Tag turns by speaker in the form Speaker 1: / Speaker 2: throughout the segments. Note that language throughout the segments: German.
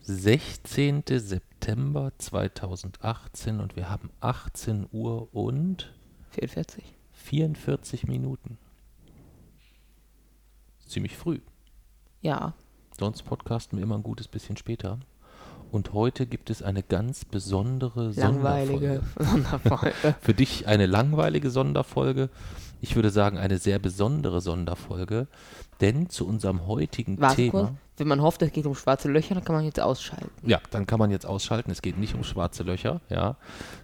Speaker 1: 16. September 2018 und wir haben 18 Uhr und
Speaker 2: 44.
Speaker 1: 44 Minuten. Ziemlich früh.
Speaker 2: Ja.
Speaker 1: Sonst podcasten wir immer ein gutes bisschen später. Und heute gibt es eine ganz besondere
Speaker 2: Langweilige
Speaker 1: Sonderfolge.
Speaker 2: Sonderfolge.
Speaker 1: Für dich eine langweilige Sonderfolge. Ich würde sagen, eine sehr besondere Sonderfolge. Denn zu unserem heutigen
Speaker 2: Warte
Speaker 1: Thema.
Speaker 2: kurz. Wenn man hofft, es geht um schwarze Löcher, dann kann man jetzt ausschalten.
Speaker 1: Ja, dann kann man jetzt ausschalten. Es geht nicht um schwarze Löcher, ja,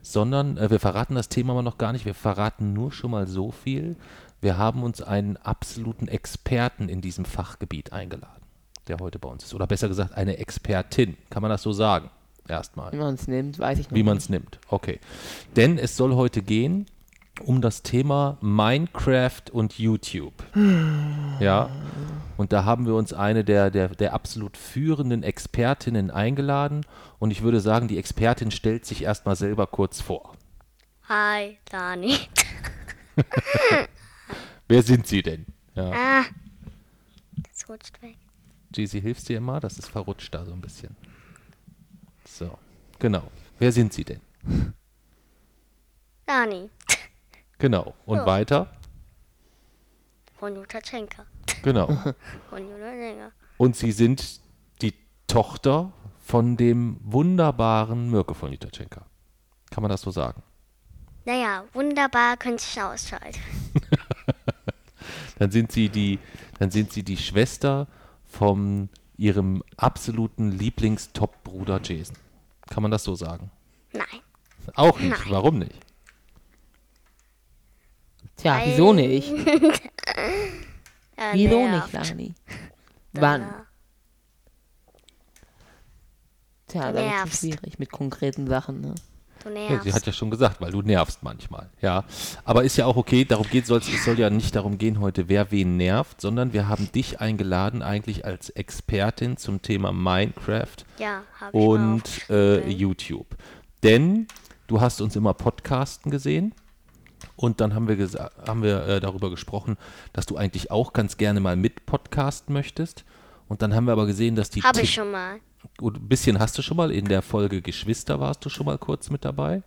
Speaker 1: sondern äh, wir verraten das Thema aber noch gar nicht. Wir verraten nur schon mal so viel. Wir haben uns einen absoluten Experten in diesem Fachgebiet eingeladen, der heute bei uns ist. Oder besser gesagt, eine Expertin. Kann man das so sagen? Erstmal.
Speaker 2: Wie man es nimmt, weiß ich noch
Speaker 1: Wie man
Speaker 2: nicht.
Speaker 1: es nimmt. Okay. Denn es soll heute gehen um das Thema Minecraft und YouTube. Ja. Und da haben wir uns eine der, der, der absolut führenden Expertinnen eingeladen. Und ich würde sagen, die Expertin stellt sich erstmal selber kurz vor.
Speaker 3: Hi, Dani.
Speaker 1: Wer sind Sie denn? Ja.
Speaker 3: Ah, das rutscht weg.
Speaker 1: Jeezy, hilfst dir immer? Das ist verrutscht da so ein bisschen. So. Genau. Wer sind Sie denn?
Speaker 3: Dani
Speaker 1: Genau. Und
Speaker 3: Ja.
Speaker 1: weiter?
Speaker 3: von Jutta Schenker.
Speaker 1: Genau.
Speaker 3: Von Jutta Schenker.
Speaker 1: Und sie sind die Tochter von dem wunderbaren Mirko von Jutatschenka. Kann man das so sagen?
Speaker 3: Naja, wunderbar, könnte ich ausschalten.
Speaker 1: Dann sind sie die, dann sind sie die Schwester von ihrem absoluten Lieblingstop-Bruder Jason. Kann man das so sagen?
Speaker 3: Nein,
Speaker 1: Auch nicht.
Speaker 3: Nein.
Speaker 1: Warum nicht?
Speaker 2: Tja, wieso nicht?
Speaker 3: er
Speaker 2: Wieso
Speaker 3: nervt.
Speaker 2: nicht, Lani? Wann?
Speaker 3: Ja,
Speaker 2: Tja,
Speaker 3: Du
Speaker 2: das ist
Speaker 3: nervst.
Speaker 2: schwierig mit konkreten Sachen. Ne?
Speaker 3: Du
Speaker 1: Ja, sie
Speaker 3: nervst.
Speaker 1: hat ja schon gesagt, weil du nervst manchmal. Ja, aber ist ja auch okay. Darum geht soll's, es soll ja nicht darum gehen heute, wer wen nervt, sondern wir haben dich eingeladen eigentlich als Expertin zum Thema Minecraft
Speaker 3: Ja, hab ich mal
Speaker 1: und äh,
Speaker 3: aufgeschrieben.
Speaker 1: YouTube. Denn du hast uns immer Podcasten gesehen und dann haben wir, gesa- haben wir äh, darüber gesprochen, dass du eigentlich auch ganz gerne mal mit Podcasten möchtest. Und dann haben wir aber gesehen, dass die
Speaker 3: Hab
Speaker 1: Tipp-
Speaker 3: ich schon mal.
Speaker 1: Gut, ein bisschen hast du schon mal. In der Folge Geschwister warst du schon mal kurz mit dabei.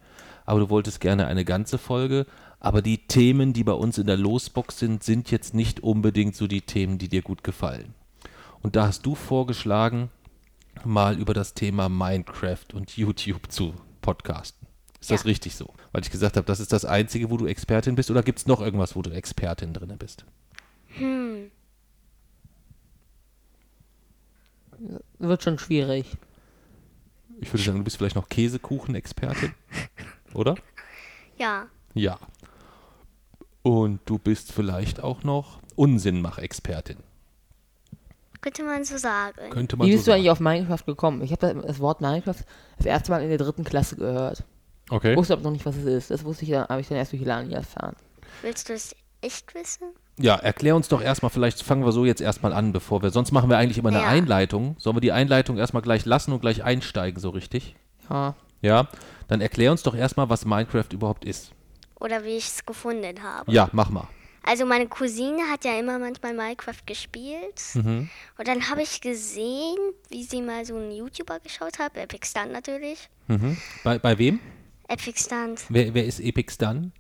Speaker 1: Aber du wolltest gerne eine ganze Folge. Aber die Themen, die bei uns in der Losbox sind, sind jetzt nicht unbedingt so die Themen, die dir gut gefallen. Und da hast du vorgeschlagen, mal über das Thema Minecraft und YouTube zu podcasten. Ist das
Speaker 3: Ja.
Speaker 1: richtig so? Weil ich gesagt habe, das ist das Einzige, wo du Expertin bist. Oder gibt es noch irgendwas, wo du Expertin drin bist?
Speaker 2: Wird schon schwierig.
Speaker 1: Ich würde sagen, du bist vielleicht noch Käsekuchen-Expertin. Oder?
Speaker 3: Ja,
Speaker 1: Ja. Und du bist vielleicht auch noch Unsinnmach-Expertin.
Speaker 3: könnte man so sagen.
Speaker 1: Könnte man
Speaker 2: Wie
Speaker 1: so
Speaker 2: bist du
Speaker 1: sagen.
Speaker 2: eigentlich auf Minecraft gekommen? Ich habe das Wort Minecraft das erste Mal in der dritten Klasse gehört.
Speaker 1: Okay.
Speaker 2: Wusste aber noch nicht, was es ist. Das wusste ich dann, habe ich dann erst durch Lani erfahren.
Speaker 3: Willst du es echt wissen?
Speaker 1: Ja, erklär uns doch erstmal, vielleicht fangen wir so jetzt erstmal an, bevor wir, sonst machen wir eigentlich immer eine
Speaker 3: Ja.
Speaker 1: Einleitung. Sollen wir die Einleitung erstmal gleich lassen und gleich einsteigen, so richtig?
Speaker 2: Ja.
Speaker 1: Ja? Dann erklär uns doch erstmal, was Minecraft überhaupt ist.
Speaker 3: Oder wie ich es gefunden habe.
Speaker 1: Ja, mach mal.
Speaker 3: Also meine Cousine hat ja immer manchmal Minecraft gespielt.
Speaker 1: Mhm.
Speaker 3: Und dann habe ich gesehen, wie sie mal so einen YouTuber geschaut hat, Epic Stunt natürlich.
Speaker 1: Mhm. Bei, bei wem?
Speaker 3: Epic Stunt,
Speaker 1: Wer, wer ist Epic Stun?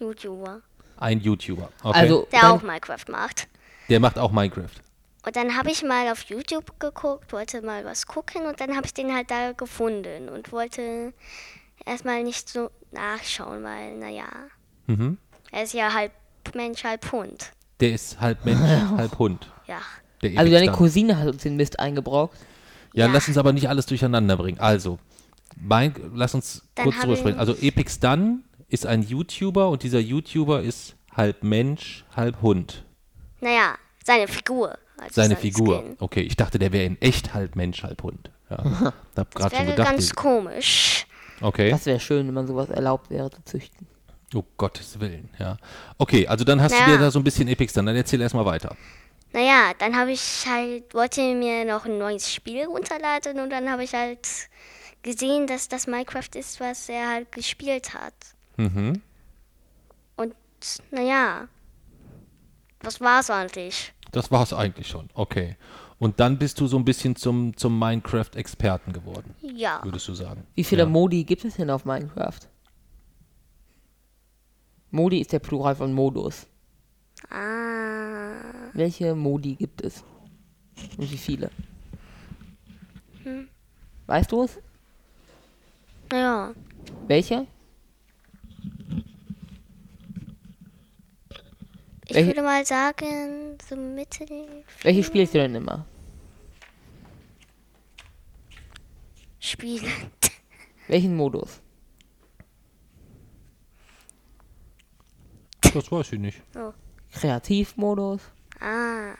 Speaker 3: YouTuber,
Speaker 1: Ein YouTuber. Okay.
Speaker 2: Also,
Speaker 3: der
Speaker 2: dein-
Speaker 3: auch Minecraft macht.
Speaker 1: Der macht auch Minecraft.
Speaker 3: Und dann habe ich mal auf YouTube geguckt, wollte mal was gucken und dann habe ich den halt da gefunden und wollte erstmal nicht so nachschauen, weil, naja,
Speaker 1: Mhm.
Speaker 3: er ist ja halb Mensch, halb Hund.
Speaker 1: Der ist halb Mensch, halb Hund.
Speaker 3: Ja.
Speaker 1: Der
Speaker 2: also
Speaker 1: Epic
Speaker 2: deine
Speaker 1: Stun.
Speaker 2: Cousine hat uns den Mist eingebrockt.
Speaker 1: Ja,
Speaker 3: Ja.
Speaker 1: lass uns aber nicht alles durcheinander bringen. Also, mein, lass uns
Speaker 3: Dann
Speaker 1: kurz
Speaker 3: habe
Speaker 1: drüber sprechen.
Speaker 3: ich-
Speaker 1: Also, Epic Stun ist ein YouTuber und dieser YouTuber ist halb Mensch, halb Hund.
Speaker 3: Naja, seine Figur. also
Speaker 1: Seine
Speaker 3: sein
Speaker 1: Figur.
Speaker 3: Skin.
Speaker 1: Okay, ich dachte, der wäre in echt halb Mensch, halb Hund. Ja, ich hab grad schon
Speaker 3: Wäre
Speaker 1: gedacht.
Speaker 3: ganz komisch.
Speaker 1: okay.
Speaker 2: Das wäre schön, wenn man sowas erlaubt wäre zu züchten.
Speaker 1: Oh Gottes Willen, ja. Okay, also dann hast
Speaker 3: Naja.
Speaker 1: du dir da so ein bisschen Epic Stun. Dann erzähl erstmal weiter.
Speaker 3: Naja, dann habe ich halt, wollte mir noch ein neues Spiel runterladen und dann habe ich halt gesehen, dass das Minecraft ist, was er halt gespielt hat.
Speaker 1: Mhm.
Speaker 3: Und naja, was war's eigentlich?
Speaker 1: Das war's eigentlich schon. Okay. Und dann bist du so ein bisschen zum, zum Minecraft-Experten geworden,
Speaker 3: Ja,
Speaker 1: würdest du sagen.
Speaker 2: Wie viele
Speaker 1: ja.
Speaker 2: Modi gibt es denn auf Minecraft? Modi ist der Plural von Modus.
Speaker 3: ah,
Speaker 2: Welche Modi gibt es? Und wie viele? Weißt du es?
Speaker 3: ja,
Speaker 2: Welche?
Speaker 3: ich
Speaker 2: Welche-
Speaker 3: würde mal sagen, so mittel
Speaker 2: Welche spielst du denn immer?
Speaker 3: spielen.
Speaker 2: Welchen Modus?
Speaker 1: Das weiß ich nicht.
Speaker 2: Kreativmodus?
Speaker 3: Ah,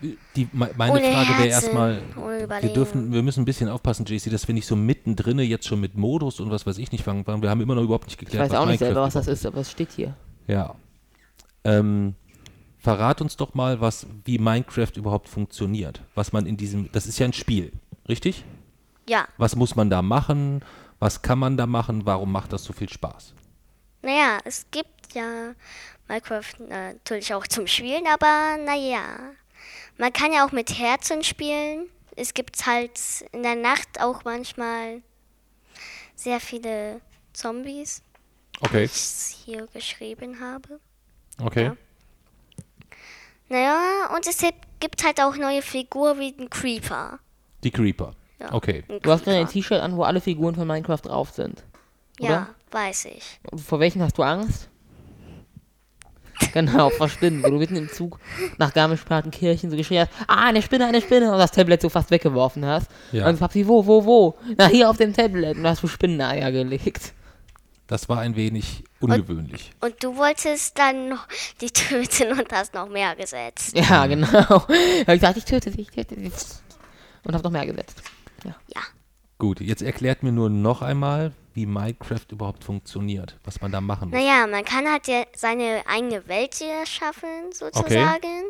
Speaker 1: Die, me- meine
Speaker 3: ohne
Speaker 1: Frage wäre
Speaker 3: Herzen,
Speaker 1: erstmal,
Speaker 3: ohne
Speaker 1: wir
Speaker 3: Überleben.
Speaker 1: dürfen, wir müssen ein bisschen aufpassen, JC, dass wir nicht so mittendrin jetzt schon mit Modus und was weiß ich nicht fangen. Wir haben immer noch überhaupt nicht
Speaker 2: Ich
Speaker 1: geklärt,
Speaker 2: weiß auch nicht
Speaker 1: Minecraft
Speaker 2: selber, was das ist, aber es steht hier.
Speaker 1: Ja. Ähm, verrat uns doch mal, was, wie Minecraft überhaupt funktioniert. Was man in diesem, das ist ja ein Spiel, richtig?
Speaker 3: ja.
Speaker 1: Was muss man da machen? Was kann man da machen? Warum macht das so viel Spaß?
Speaker 3: Naja, es gibt ja Minecraft natürlich auch zum Spielen, aber naja. Man kann ja auch mit Herzen spielen. Es gibt halt in der Nacht auch manchmal sehr viele Zombies, wie
Speaker 1: Okay,
Speaker 3: ich es hier geschrieben habe.
Speaker 1: okay.
Speaker 3: Naja, und es gibt halt auch neue Figuren wie den Creeper.
Speaker 1: Die Creeper.
Speaker 3: Ja.
Speaker 1: Okay.
Speaker 3: Ein
Speaker 2: Du hast nur ein
Speaker 3: Creeper.
Speaker 2: T-Shirt an, wo alle Figuren von Minecraft drauf sind. oder?
Speaker 3: Ja, weiß ich.
Speaker 2: Und vor welchen hast du Angst? Genau, vor Spinnen, wo du mitten im Zug nach Garmisch-Partenkirchen so geschrien hast, ah, eine Spinne, eine Spinne, und das Tablet so fast weggeworfen hast.
Speaker 1: Ja.
Speaker 2: Und Papi, wo, wo, wo? Na, hier auf dem Tablet. Und da hast du Spinneneier gelegt.
Speaker 1: Das war ein wenig ungewöhnlich.
Speaker 3: Und du wolltest dann noch die töten und hast noch mehr gesetzt.
Speaker 2: Ja, genau. Hab ich gesagt, ich töte sie, ich töte sie. Und hab noch mehr gesetzt.
Speaker 3: Ja.
Speaker 1: Gut, jetzt erklärt mir nur noch einmal, wie Minecraft überhaupt funktioniert, was man da machen muss.
Speaker 3: Naja, man kann halt ja seine eigene Welt hier schaffen, sozusagen.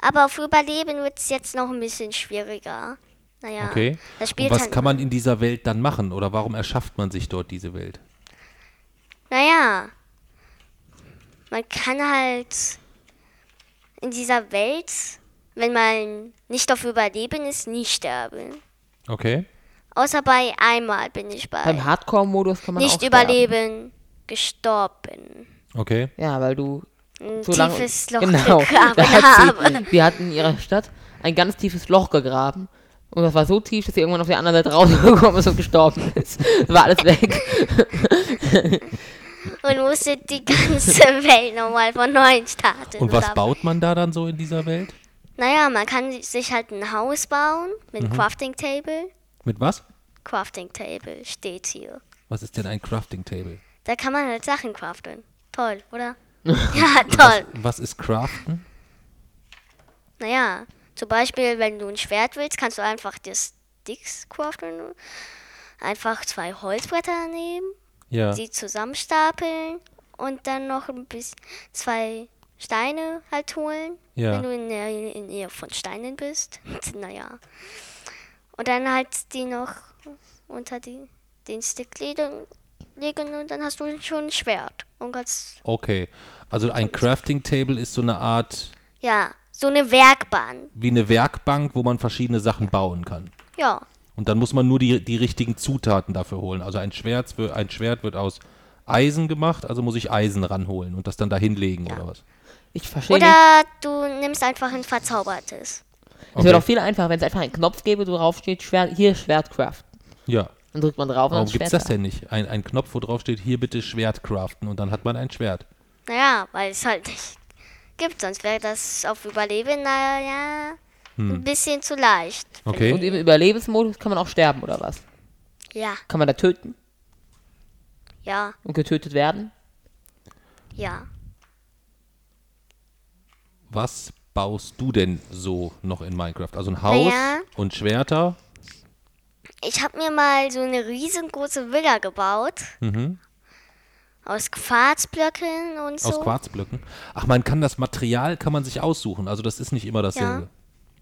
Speaker 3: Aber auf Überleben wird es jetzt noch ein bisschen schwieriger. Naja,
Speaker 1: Okay.
Speaker 3: das Spiel
Speaker 1: Und was
Speaker 3: halt,
Speaker 1: kann man in dieser Welt dann machen? Oder warum erschafft man sich dort diese Welt?
Speaker 3: Naja, man kann halt in dieser Welt, wenn man nicht auf Überleben ist, nie sterben.
Speaker 1: Okay.
Speaker 3: Außer bei einmal bin ich bei
Speaker 2: Beim Hardcore-Modus kann man auch
Speaker 3: nicht
Speaker 2: sterben.
Speaker 3: überleben gestorben.
Speaker 1: Okay.
Speaker 2: Ja, weil du
Speaker 3: Ein
Speaker 2: so lange.
Speaker 3: tiefes Loch
Speaker 2: genau.
Speaker 3: gegraben
Speaker 2: Da hat
Speaker 3: habe.
Speaker 2: sie, wir hatten in ihrer Stadt ein ganz tiefes Loch gegraben. Und das war so tief, dass sie irgendwann auf der anderen Seite rausgekommen ist und gestorben ist. Es war alles weg.
Speaker 3: und musste die ganze Welt nochmal von neuem starten.
Speaker 1: Und was
Speaker 3: Aber-
Speaker 1: baut man da dann so in dieser Welt?
Speaker 3: Naja, man kann sich halt ein Haus bauen mit
Speaker 1: Mhm.
Speaker 3: Crafting Table.
Speaker 1: Mit was?
Speaker 3: Crafting Table steht hier.
Speaker 1: Was ist denn ein Crafting Table?
Speaker 3: Da kann man halt Sachen craften. Toll, oder? ja, toll.
Speaker 1: Was ist Craften?
Speaker 3: Naja, zum Beispiel, wenn du ein Schwert willst, kannst du einfach dir Sticks craften. Einfach zwei Holzbretter nehmen,
Speaker 1: Ja.
Speaker 3: die zusammenstapeln und dann noch ein bisschen zwei Steine halt holen.
Speaker 1: Ja.
Speaker 3: Wenn du in der in der Nähe von Steinen bist. naja. Und dann halt die noch unter die, den Stick legen, legen und dann hast du schon ein Schwert. Und kannst,
Speaker 1: Okay. Also ein Crafting Table ist so eine Art
Speaker 3: ja, so eine Werkbahn.
Speaker 1: wie eine Werkbank, wo man verschiedene Sachen bauen kann.
Speaker 3: Ja,
Speaker 1: Und dann muss man nur die, die richtigen Zutaten dafür holen. Also ein Schwert, wird- ein Schwert wird aus Eisen gemacht, also muss ich Eisen ranholen und das dann da hinlegen oder was?
Speaker 2: Ich verstehe nicht.
Speaker 3: Oder du nimmst einfach ein verzaubertes.
Speaker 2: Es wäre
Speaker 1: Okay.
Speaker 2: doch viel einfacher, wenn es einfach einen Knopf gäbe, wo drauf steht, Schwert, hier Schwertcraft.
Speaker 1: Ja.
Speaker 2: Dann drückt man drauf und
Speaker 1: Warum
Speaker 2: dann
Speaker 1: gibt es
Speaker 2: Schwert.
Speaker 1: das denn nicht? Ein, ein Knopf, wo drauf steht, hier bitte Schwert craften und dann hat man ein Schwert.
Speaker 3: Naja, weil es halt nicht gibt. Sonst wäre das auf Überleben, naja, ein bisschen zu leicht.
Speaker 1: Okay.
Speaker 2: Und im Überlebensmodus kann man auch sterben, oder was?
Speaker 3: Ja,
Speaker 2: Kann man da töten
Speaker 3: ja,
Speaker 2: und getötet werden?
Speaker 3: ja.
Speaker 1: Was baust du denn so noch in Minecraft? Also ein Haus
Speaker 3: Naja.
Speaker 1: und Schwerter.
Speaker 3: Ich habe mir mal so eine riesengroße Villa gebaut. Aus Quarzblöcken und so.
Speaker 1: Mhm. Aus Quarzblöcken. Ach, man kann das Material kann man sich aussuchen. Also das ist nicht immer dasselbe.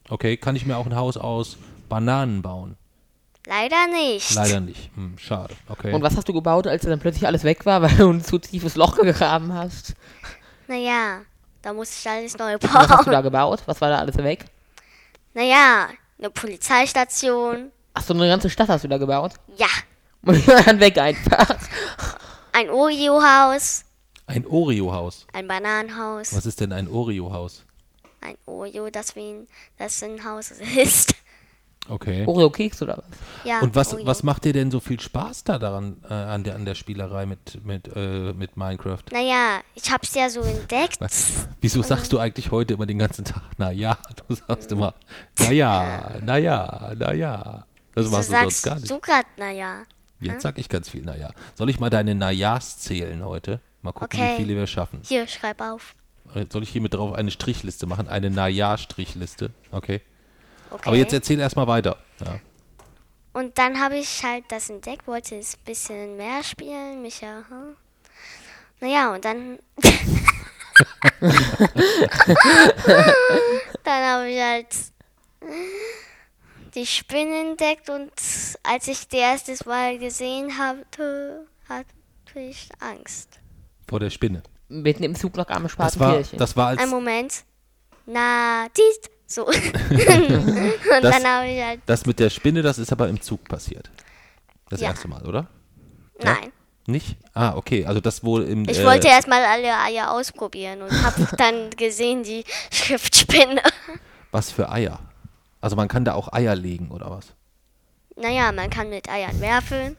Speaker 1: Okay, kann ich mir auch ein Haus aus Bananen bauen?
Speaker 3: Leider nicht.
Speaker 1: Leider nicht. Hm, schade. Okay.
Speaker 2: Und was hast du gebaut, als dann plötzlich alles weg war, weil du ein zu tiefes Loch gegraben hast?
Speaker 3: Naja, da muss ich alles neu
Speaker 2: Und was hast du
Speaker 3: bauen.
Speaker 2: da gebaut? Was war da alles weg?
Speaker 3: Naja, eine Polizeistation.
Speaker 2: Ach so, eine ganze Stadt hast du da gebaut?
Speaker 3: Ja,
Speaker 2: Und die waren dann weg einfach.
Speaker 3: ein Oreo-Haus,
Speaker 1: Ein Oreo-Haus.
Speaker 3: ein Bananenhaus,
Speaker 1: Was ist denn ein Oreo-Haus?
Speaker 3: ein Oreo, das wie ein, das ein Haus ist.
Speaker 1: Okay.
Speaker 2: Oreo-Keks oder was?
Speaker 3: Oh, Ja,
Speaker 1: Und was,
Speaker 3: Oreo.
Speaker 1: was macht dir denn so viel Spaß da daran, äh, an, der, an der Spielerei mit, mit, äh, mit Minecraft?
Speaker 3: Naja, ich hab's ja so entdeckt. Also
Speaker 1: Wieso sagst du eigentlich heute immer den ganzen Tag, na ja, du sagst immer, na ja, na ja, na ja. Das
Speaker 3: Du
Speaker 1: machst du sonst
Speaker 3: sagst
Speaker 1: gar nicht.
Speaker 3: du grad, naja.
Speaker 1: Jetzt sag ich ganz viel, na ja. Soll ich mal deine Najas zählen heute? Mal gucken,
Speaker 3: Okay.
Speaker 1: wie viele wir schaffen. Äh,
Speaker 3: Hier, schreib auf.
Speaker 1: Soll ich hier mit drauf eine Strichliste machen? Eine Naja-Strichliste? Okay.
Speaker 3: Okay.
Speaker 1: Aber jetzt erzähl erstmal weiter. Ja.
Speaker 3: Und dann habe ich halt das entdeckt, wollte es ein bisschen mehr spielen, mich ja. Hm. Naja, und dann. dann habe ich halt die Spinnen entdeckt und als ich die erste Mal gesehen habe, hatte ich Angst.
Speaker 1: Vor der Spinne.
Speaker 2: Mitten im Zuglock am
Speaker 1: Das war,
Speaker 2: Spatenkirchen.
Speaker 1: das war als.
Speaker 3: Ein Moment. Na, dies. So. und dann habe ich halt.
Speaker 1: Das mit der Spinne, das ist aber im Zug passiert. Das
Speaker 3: Ja.
Speaker 1: erste Mal, oder? Ja?
Speaker 3: Nein.
Speaker 1: Nicht? Ah, okay. Also das wohl im.
Speaker 3: Ich
Speaker 1: äh,
Speaker 3: wollte erstmal alle Eier ausprobieren und habe dann gesehen, die Schriftspinne.
Speaker 1: Was für Eier? Also man kann da auch Eier legen, oder was?
Speaker 3: Naja, man kann mit Eiern werfen.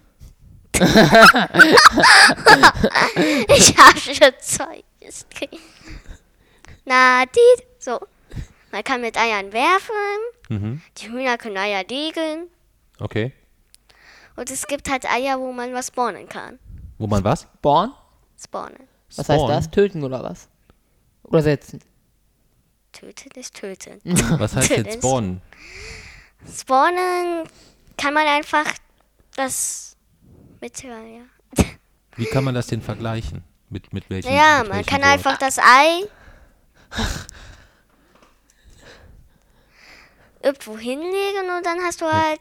Speaker 3: ich habe schon Zeug. gekriegt. Na, die. So. Man kann mit Eiern werfen. Die Hühner können Eier legen.
Speaker 1: Okay.
Speaker 3: Und es gibt halt Eier, wo man was spawnen kann.
Speaker 1: Wo man was?
Speaker 2: Born?
Speaker 3: Spawnen.
Speaker 2: Was heißt
Speaker 1: Spawn.
Speaker 2: das? Töten oder was? Oder setzen?
Speaker 3: Töten ist töten.
Speaker 1: Was heißt denn spawnen?
Speaker 3: Spawnen kann man einfach das Material, ja.
Speaker 1: Wie kann man das denn vergleichen? Mit, mit welchem?
Speaker 3: Naja,
Speaker 1: mit
Speaker 3: man
Speaker 1: welchem
Speaker 3: kann
Speaker 1: Wort?
Speaker 3: einfach das Ei irgendwo hinlegen und dann
Speaker 1: Hm.
Speaker 3: hast du halt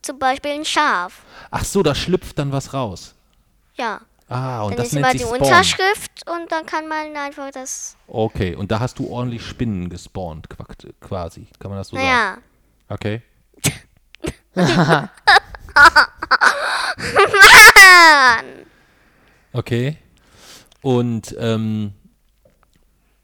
Speaker 3: zum Beispiel ein Schaf.
Speaker 1: Ach so, da schlüpft dann was raus.
Speaker 3: Ja.
Speaker 1: Ah, und
Speaker 3: Dann
Speaker 1: das
Speaker 3: ist
Speaker 1: nennt
Speaker 3: immer
Speaker 1: sich
Speaker 3: die
Speaker 1: Spawn.
Speaker 3: Unterschrift und dann kann man einfach das.
Speaker 1: Okay, und da hast du ordentlich Spinnen gespawnt, quack- quasi. Kann man das so sagen?
Speaker 3: Naja.
Speaker 1: Okay. Okay. Und ähm,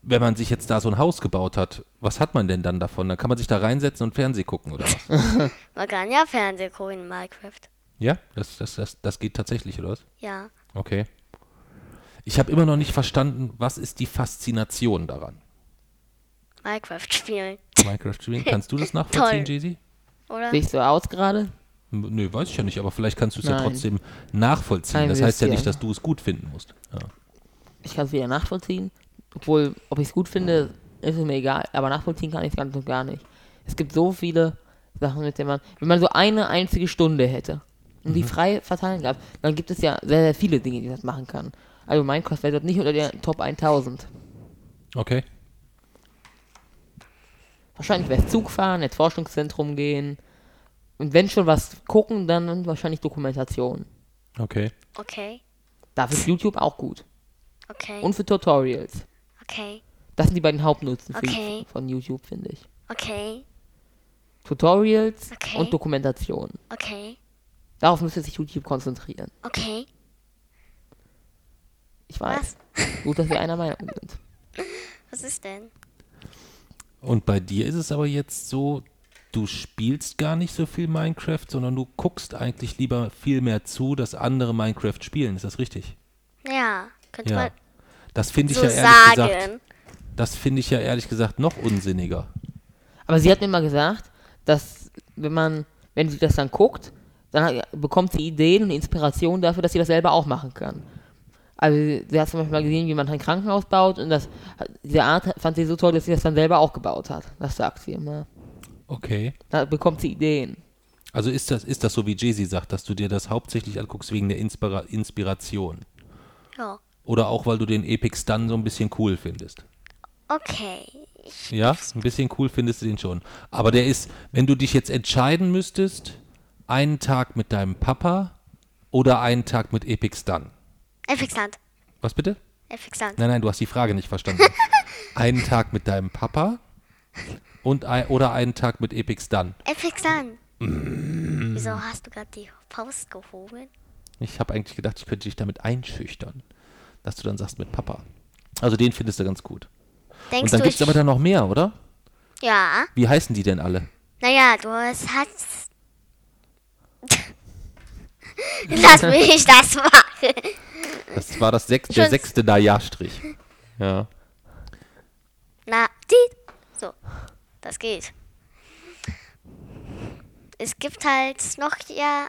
Speaker 1: wenn man sich jetzt da so ein Haus gebaut hat, was hat man denn dann davon? Dann kann man sich da reinsetzen und Fernseh gucken oder was?
Speaker 3: Man kann ja Fernsehen gucken in Minecraft.
Speaker 1: ja, das, das, das, das geht tatsächlich, oder was?
Speaker 3: Ja.
Speaker 1: Okay. Ich habe immer noch nicht verstanden, was ist die Faszination daran?
Speaker 3: Minecraft spielen.
Speaker 1: Minecraft Streaming, kannst du das nachvollziehen,
Speaker 3: Toll.
Speaker 1: Jay-Z?
Speaker 3: Oder?
Speaker 2: Sehe ich so aus gerade?
Speaker 1: M- Nö, weiß ich ja nicht, aber vielleicht kannst du es ja
Speaker 2: Nein.
Speaker 1: trotzdem nachvollziehen.
Speaker 2: Nein,
Speaker 1: das
Speaker 2: wir
Speaker 1: heißt ja
Speaker 2: wissen ja.
Speaker 1: nicht, dass du es gut finden musst. Ja.
Speaker 2: Ich kann es wieder nachvollziehen. Obwohl, ob ich es gut finde, ist es mir egal. Aber nachvollziehen kann ich es ganz und gar nicht. Es gibt so viele Sachen, mit denen man. Wenn man so eine einzige Stunde hätte und
Speaker 1: Mhm.
Speaker 2: die frei verteilen darf, dann gibt es ja sehr, sehr viele Dinge, die man machen kann. Also Minecraft wäre dort nicht unter der Top 1000.
Speaker 1: Okay.
Speaker 2: Wahrscheinlich wäre es Zug fahren, ins Forschungszentrum gehen. Und wenn schon was gucken, dann wahrscheinlich Dokumentation.
Speaker 1: Okay.
Speaker 3: Okay.
Speaker 2: Dafür ist YouTube auch gut.
Speaker 3: Okay.
Speaker 2: Und für Tutorials.
Speaker 3: Okay.
Speaker 2: Das sind die beiden Hauptnutzen für-
Speaker 3: Okay.
Speaker 2: von YouTube, finde ich.
Speaker 3: Okay.
Speaker 2: Tutorials
Speaker 3: Okay.
Speaker 2: und Dokumentation.
Speaker 3: Okay.
Speaker 2: Darauf müsste sich YouTube konzentrieren.
Speaker 3: Okay.
Speaker 2: Ich weiß. Gut, dass wir einer Meinung sind.
Speaker 3: Was ist denn?
Speaker 1: Und bei dir ist es aber jetzt so, du spielst gar nicht so viel Minecraft, sondern du guckst eigentlich lieber viel mehr zu, dass andere Minecraft spielen. Ist das richtig?
Speaker 3: Naja, könnte
Speaker 1: Ja.
Speaker 3: man
Speaker 1: Das finde ich
Speaker 3: so
Speaker 1: ja ehrlich gesagt,
Speaker 3: sagen.
Speaker 1: das finde ich ja ehrlich gesagt noch unsinniger.
Speaker 2: Aber sie hat mir mal gesagt, dass wenn man, wenn sie das dann guckt, dann bekommt sie Ideen und Inspiration dafür, dass sie das selber auch machen kann. Also sie hat zum Beispiel mal gesehen, wie man ein Krankenhaus baut und das, diese Art fand sie so toll, dass sie das dann selber auch gebaut hat. Das sagt sie immer.
Speaker 1: Okay.
Speaker 2: Da bekommt sie Ideen.
Speaker 1: Also ist das, ist das so, wie Jay-Z sagt, dass du dir das hauptsächlich anguckst wegen der Inspira Inspiration?
Speaker 3: Ja.
Speaker 1: Oder auch, weil du den Epic Stun so ein bisschen cool findest?
Speaker 3: Okay.
Speaker 1: Ja, ein bisschen cool findest du den schon. Aber der ist, wenn du dich jetzt entscheiden müsstest, einen Tag mit deinem Papa oder einen Tag mit Epic Stun.
Speaker 3: Effixant.
Speaker 1: Was bitte?
Speaker 3: Effixant.
Speaker 1: Nein, nein, du hast die Frage nicht verstanden. einen Tag mit deinem Papa und ein, oder einen Tag mit Epic Stun.
Speaker 3: Epic Sun.
Speaker 1: Mm.
Speaker 3: Wieso hast du gerade die Faust gehoben?
Speaker 1: Ich habe eigentlich gedacht, ich könnte dich damit einschüchtern, dass du dann sagst mit Papa. Also den findest du ganz gut.
Speaker 3: Denkst
Speaker 1: Und dann
Speaker 3: du,
Speaker 1: gibt
Speaker 3: ich...
Speaker 1: es aber dann noch mehr, oder?
Speaker 3: ja.
Speaker 1: Wie heißen die denn alle?
Speaker 3: Naja, du hast... hast- Lass mich das machen.
Speaker 1: Das war das sechs, der
Speaker 3: Schon-
Speaker 1: sechste Naja-Strich. Ja.
Speaker 3: Na, die. So, das geht. Es gibt halt noch ja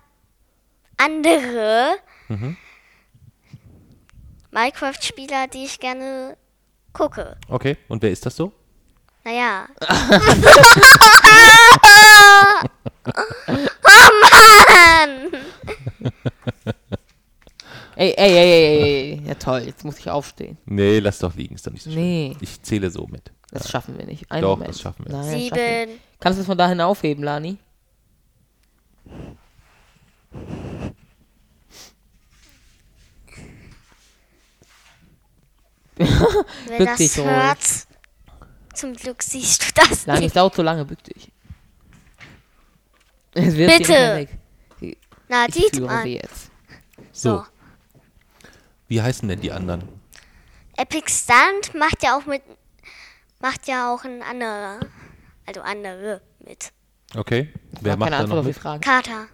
Speaker 3: andere
Speaker 1: Mhm.
Speaker 3: Minecraft-Spieler, die ich gerne gucke.
Speaker 1: Okay. Und wer ist das so?
Speaker 3: Naja.
Speaker 1: Ah,
Speaker 3: oh Mann!
Speaker 2: Ey, ey, ey, ey, ey, ey. Ja toll, jetzt muss ich aufstehen.
Speaker 1: Nee, lass doch liegen, ist doch nicht so schlimm.
Speaker 2: Nee.
Speaker 1: Ich zähle so mit.
Speaker 2: Das schaffen wir nicht. Ein
Speaker 1: Doch,
Speaker 2: Moment.
Speaker 1: das schaffen wir.
Speaker 2: Nein, das schaffen wir
Speaker 3: Sieben.
Speaker 2: nicht. Kannst du es von dahin aufheben, Lani?
Speaker 3: Wenn
Speaker 2: Bück
Speaker 3: das
Speaker 2: dich ruhig.
Speaker 3: hört, zum Glück siehst du das
Speaker 2: Lani, es
Speaker 3: nicht.
Speaker 2: dauert so lange, bück dich. Es wird
Speaker 3: Bitte. Na,
Speaker 2: Ich
Speaker 3: die
Speaker 2: führe sie
Speaker 3: Mann.
Speaker 2: jetzt.
Speaker 1: So.
Speaker 3: So.
Speaker 1: Wie heißen denn die anderen?
Speaker 3: Epic Stunt macht ja auch mit. Macht ja auch ein anderer. Also andere mit.
Speaker 1: Okay. Wer
Speaker 2: Hab
Speaker 1: macht
Speaker 2: keine
Speaker 1: da
Speaker 2: Antwort
Speaker 1: noch
Speaker 2: auf die
Speaker 1: mit?
Speaker 2: Frage.
Speaker 3: Kater.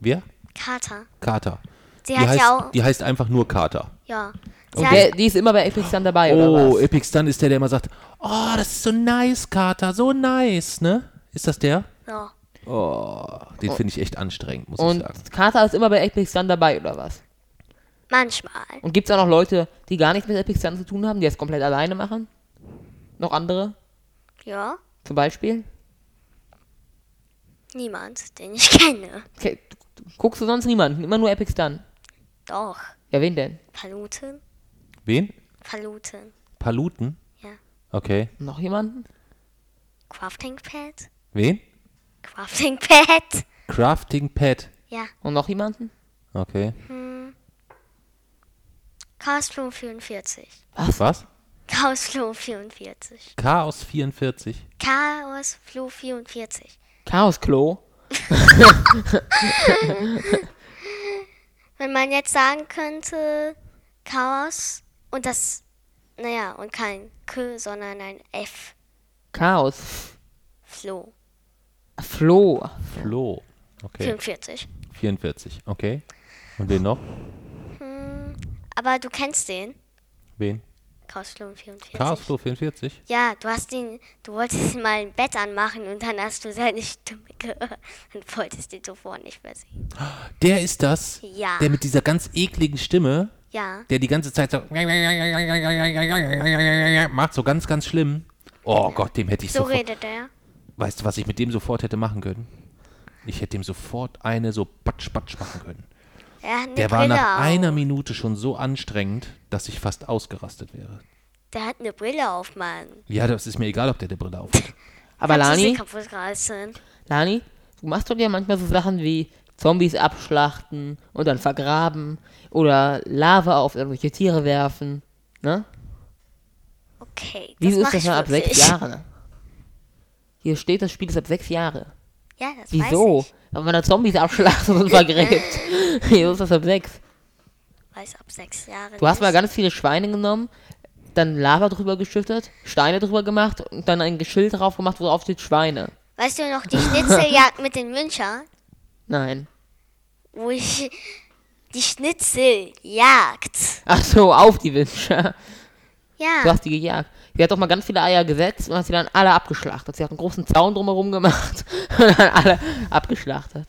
Speaker 1: Wer?
Speaker 3: Kater.
Speaker 1: Kater.
Speaker 3: Sie
Speaker 1: die,
Speaker 3: hat
Speaker 1: heißt,
Speaker 3: ja auch.
Speaker 1: die heißt einfach nur Kater.
Speaker 3: Ja. Sie
Speaker 1: Und
Speaker 3: hat,
Speaker 2: Der, die ist immer bei Epic Sun dabei, oder
Speaker 1: Oh,
Speaker 2: was?
Speaker 1: Epic Stun ist der, der immer sagt, oh, das ist so nice, Kater, so nice, ne? Ist das der?
Speaker 3: so.
Speaker 1: Oh, den finde ich echt anstrengend, muss ich sagen.
Speaker 2: Und Kater ist immer bei Epic Sun dabei, oder was?
Speaker 3: Manchmal.
Speaker 2: Und gibt es auch noch Leute, die gar nichts mit Epic Sun zu tun haben, die das komplett alleine machen? Noch andere?
Speaker 3: Ja.
Speaker 2: Zum Beispiel?
Speaker 3: Niemand, den ich kenne.
Speaker 2: Okay, du- du- Guckst du sonst niemanden? Immer nur Epic Sun.
Speaker 3: Doch.
Speaker 2: Ja, wen denn?
Speaker 3: Paluten.
Speaker 1: Wen?
Speaker 3: Paluten.
Speaker 1: Paluten?
Speaker 3: Ja.
Speaker 1: Okay.
Speaker 2: Noch jemanden?
Speaker 3: Crafting Pad.
Speaker 1: Wen?
Speaker 3: Crafting Pad.
Speaker 1: Crafting Pad.
Speaker 3: Ja.
Speaker 2: Und noch jemanden?
Speaker 1: Okay.
Speaker 3: Chaosflow 44.
Speaker 1: Was?
Speaker 3: Chaosflow 44.
Speaker 1: Chaos 44.
Speaker 3: Chaosflow 44.
Speaker 2: Chaos Klo?
Speaker 3: Wenn man jetzt sagen könnte, Chaos und das, naja, und kein K, sondern ein F,
Speaker 2: Chaos
Speaker 3: Flo,
Speaker 2: Flo.
Speaker 1: Flo. Okay.
Speaker 3: 44.
Speaker 1: 44. Okay. Und wen noch?
Speaker 3: Aber du kennst den,
Speaker 1: Wen?
Speaker 3: Chaos Flo 44.
Speaker 1: Chaos Flo 44.
Speaker 3: Ja, du hast ihn, du wolltest ihn mal im Bett anmachen und dann hast du seine Stimme gehört und wolltest ihn sofort nicht mehr sehen.
Speaker 1: Der ist das,
Speaker 3: Ja.
Speaker 1: der mit dieser ganz ekligen Stimme,
Speaker 3: Ja,
Speaker 1: der die ganze Zeit so macht, so ganz, ganz schlimm. Oh Gott, dem hätte ich
Speaker 3: so
Speaker 1: sofort.
Speaker 3: redet er.
Speaker 1: Weißt du, was ich mit dem sofort hätte machen können? Ich hätte dem sofort eine so patsch, patsch machen können.
Speaker 3: Er hat eine
Speaker 1: Der war
Speaker 3: Brille
Speaker 1: nach
Speaker 3: auf.
Speaker 1: einer Minute schon so anstrengend, dass ich fast ausgerastet wäre.
Speaker 3: Der hat eine Brille auf, Mann.
Speaker 1: Ja, das ist mir egal, ob der eine Brille auf hat.
Speaker 2: Aber
Speaker 3: Kannst du sie
Speaker 2: Lani,
Speaker 3: kaputt reißen?
Speaker 2: Lani, du machst doch ja manchmal so Sachen wie Zombies abschlachten und dann vergraben oder Lava auf irgendwelche Tiere werfen. Ne?
Speaker 3: Okay, das
Speaker 2: Wieso ist
Speaker 3: mach
Speaker 2: das
Speaker 3: ich
Speaker 2: schon ab sechs
Speaker 3: wirklich.
Speaker 2: Jahre? Hier steht, das Spiel ist ab sechs Jahre.
Speaker 3: Ja, das
Speaker 2: Wieso?
Speaker 3: weiß ich.
Speaker 2: Wenn man da Zombies abschlachtet und vergräbt. Wieso ist das ab sechs?
Speaker 3: Weiß ab sechs Jahre
Speaker 2: Du hast mal
Speaker 3: nicht.
Speaker 2: ganz viele Schweine genommen, dann Lava drüber geschüttet, Steine drüber gemacht und dann ein Schild drauf gemacht, wo drauf steht Schweine.
Speaker 3: Weißt du noch die Schnitzeljagd mit den Münchern?
Speaker 2: Nein.
Speaker 3: Wo ich die Schnitzeljagd.
Speaker 2: Ach so, auf die Wünsche. Du
Speaker 3: Ja,
Speaker 2: hast die gejagt. Sie hat doch mal ganz viele Eier gesetzt und hat sie dann alle abgeschlachtet. Sie hat einen großen Zaun drumherum gemacht und dann alle abgeschlachtet.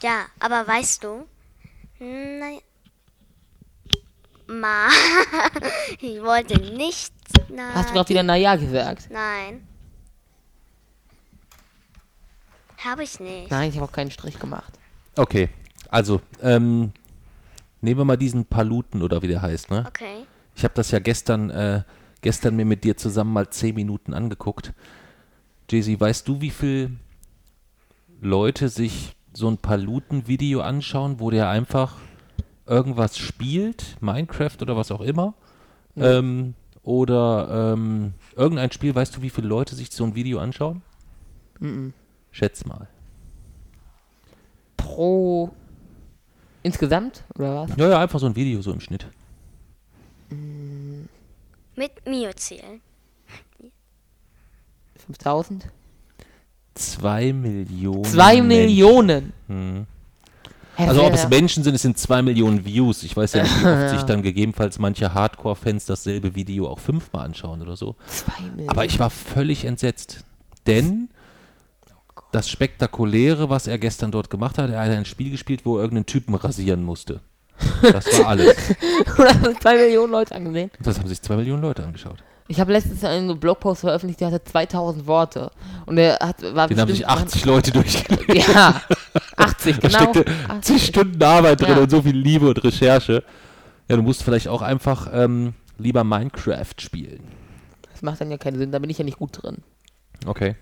Speaker 3: ja, aber weißt du? Nein. Ma, ich wollte nicht. Nein.
Speaker 2: Hast du gerade wieder Naja gesagt?
Speaker 3: Nein. Habe ich nicht.
Speaker 2: Nein, ich habe auch keinen Strich gemacht.
Speaker 1: Okay, also, ähm, nehmen wir mal diesen Paluten oder wie der heißt, ne?
Speaker 3: Okay.
Speaker 1: Ich habe das ja gestern, äh, gestern mir mit dir zusammen mal zehn Minuten angeguckt. Jay-Z, weißt du, wie viel Leute sich so ein Paluten-Video anschauen, wo der einfach irgendwas spielt, Minecraft oder was auch immer, ähm, oder ähm, irgendein Spiel, weißt du, wie viele Leute sich so ein Video anschauen? Schätz mal.
Speaker 2: Pro. Insgesamt? Oder was?
Speaker 1: Ja, ja, einfach so ein Video, so im Schnitt.
Speaker 3: Mit Mio zählen.
Speaker 2: 5000?
Speaker 1: Zwei Millionen.
Speaker 2: Zwei
Speaker 1: Menschen.
Speaker 2: Millionen! Hä,
Speaker 1: Hm. Also
Speaker 2: wer-
Speaker 1: ob es Menschen sind, es sind zwei Millionen Views. Ich weiß ja nicht, wie oft sich dann gegebenenfalls manche Hardcore-Fans dasselbe Video auch fünfmal anschauen oder so.
Speaker 2: Zwei Millionen.
Speaker 1: Aber ich war völlig entsetzt. Denn das Spektakuläre, was er gestern dort gemacht hat, er hat ein Spiel gespielt, wo er irgendeinen Typen rasieren musste. Das war alles.
Speaker 2: Oder haben zwei Millionen Leute angesehen?
Speaker 1: Und das haben sich zwei Millionen Leute angeschaut.
Speaker 2: Ich habe letztens einen Blogpost veröffentlicht, der hatte 2000 Worte. Und der hat, war
Speaker 1: Den haben sich 80 Leute durchgelesen.
Speaker 2: Ja, 80,
Speaker 1: Da
Speaker 2: genau.
Speaker 1: steckte
Speaker 2: 80.
Speaker 1: zig Stunden Arbeit drin
Speaker 2: Ja.
Speaker 1: und so viel Liebe und Recherche. Ja, du musst vielleicht auch einfach ähm, lieber Minecraft spielen.
Speaker 2: Das macht dann ja keinen Sinn, da bin ich ja nicht gut drin.
Speaker 1: Okay.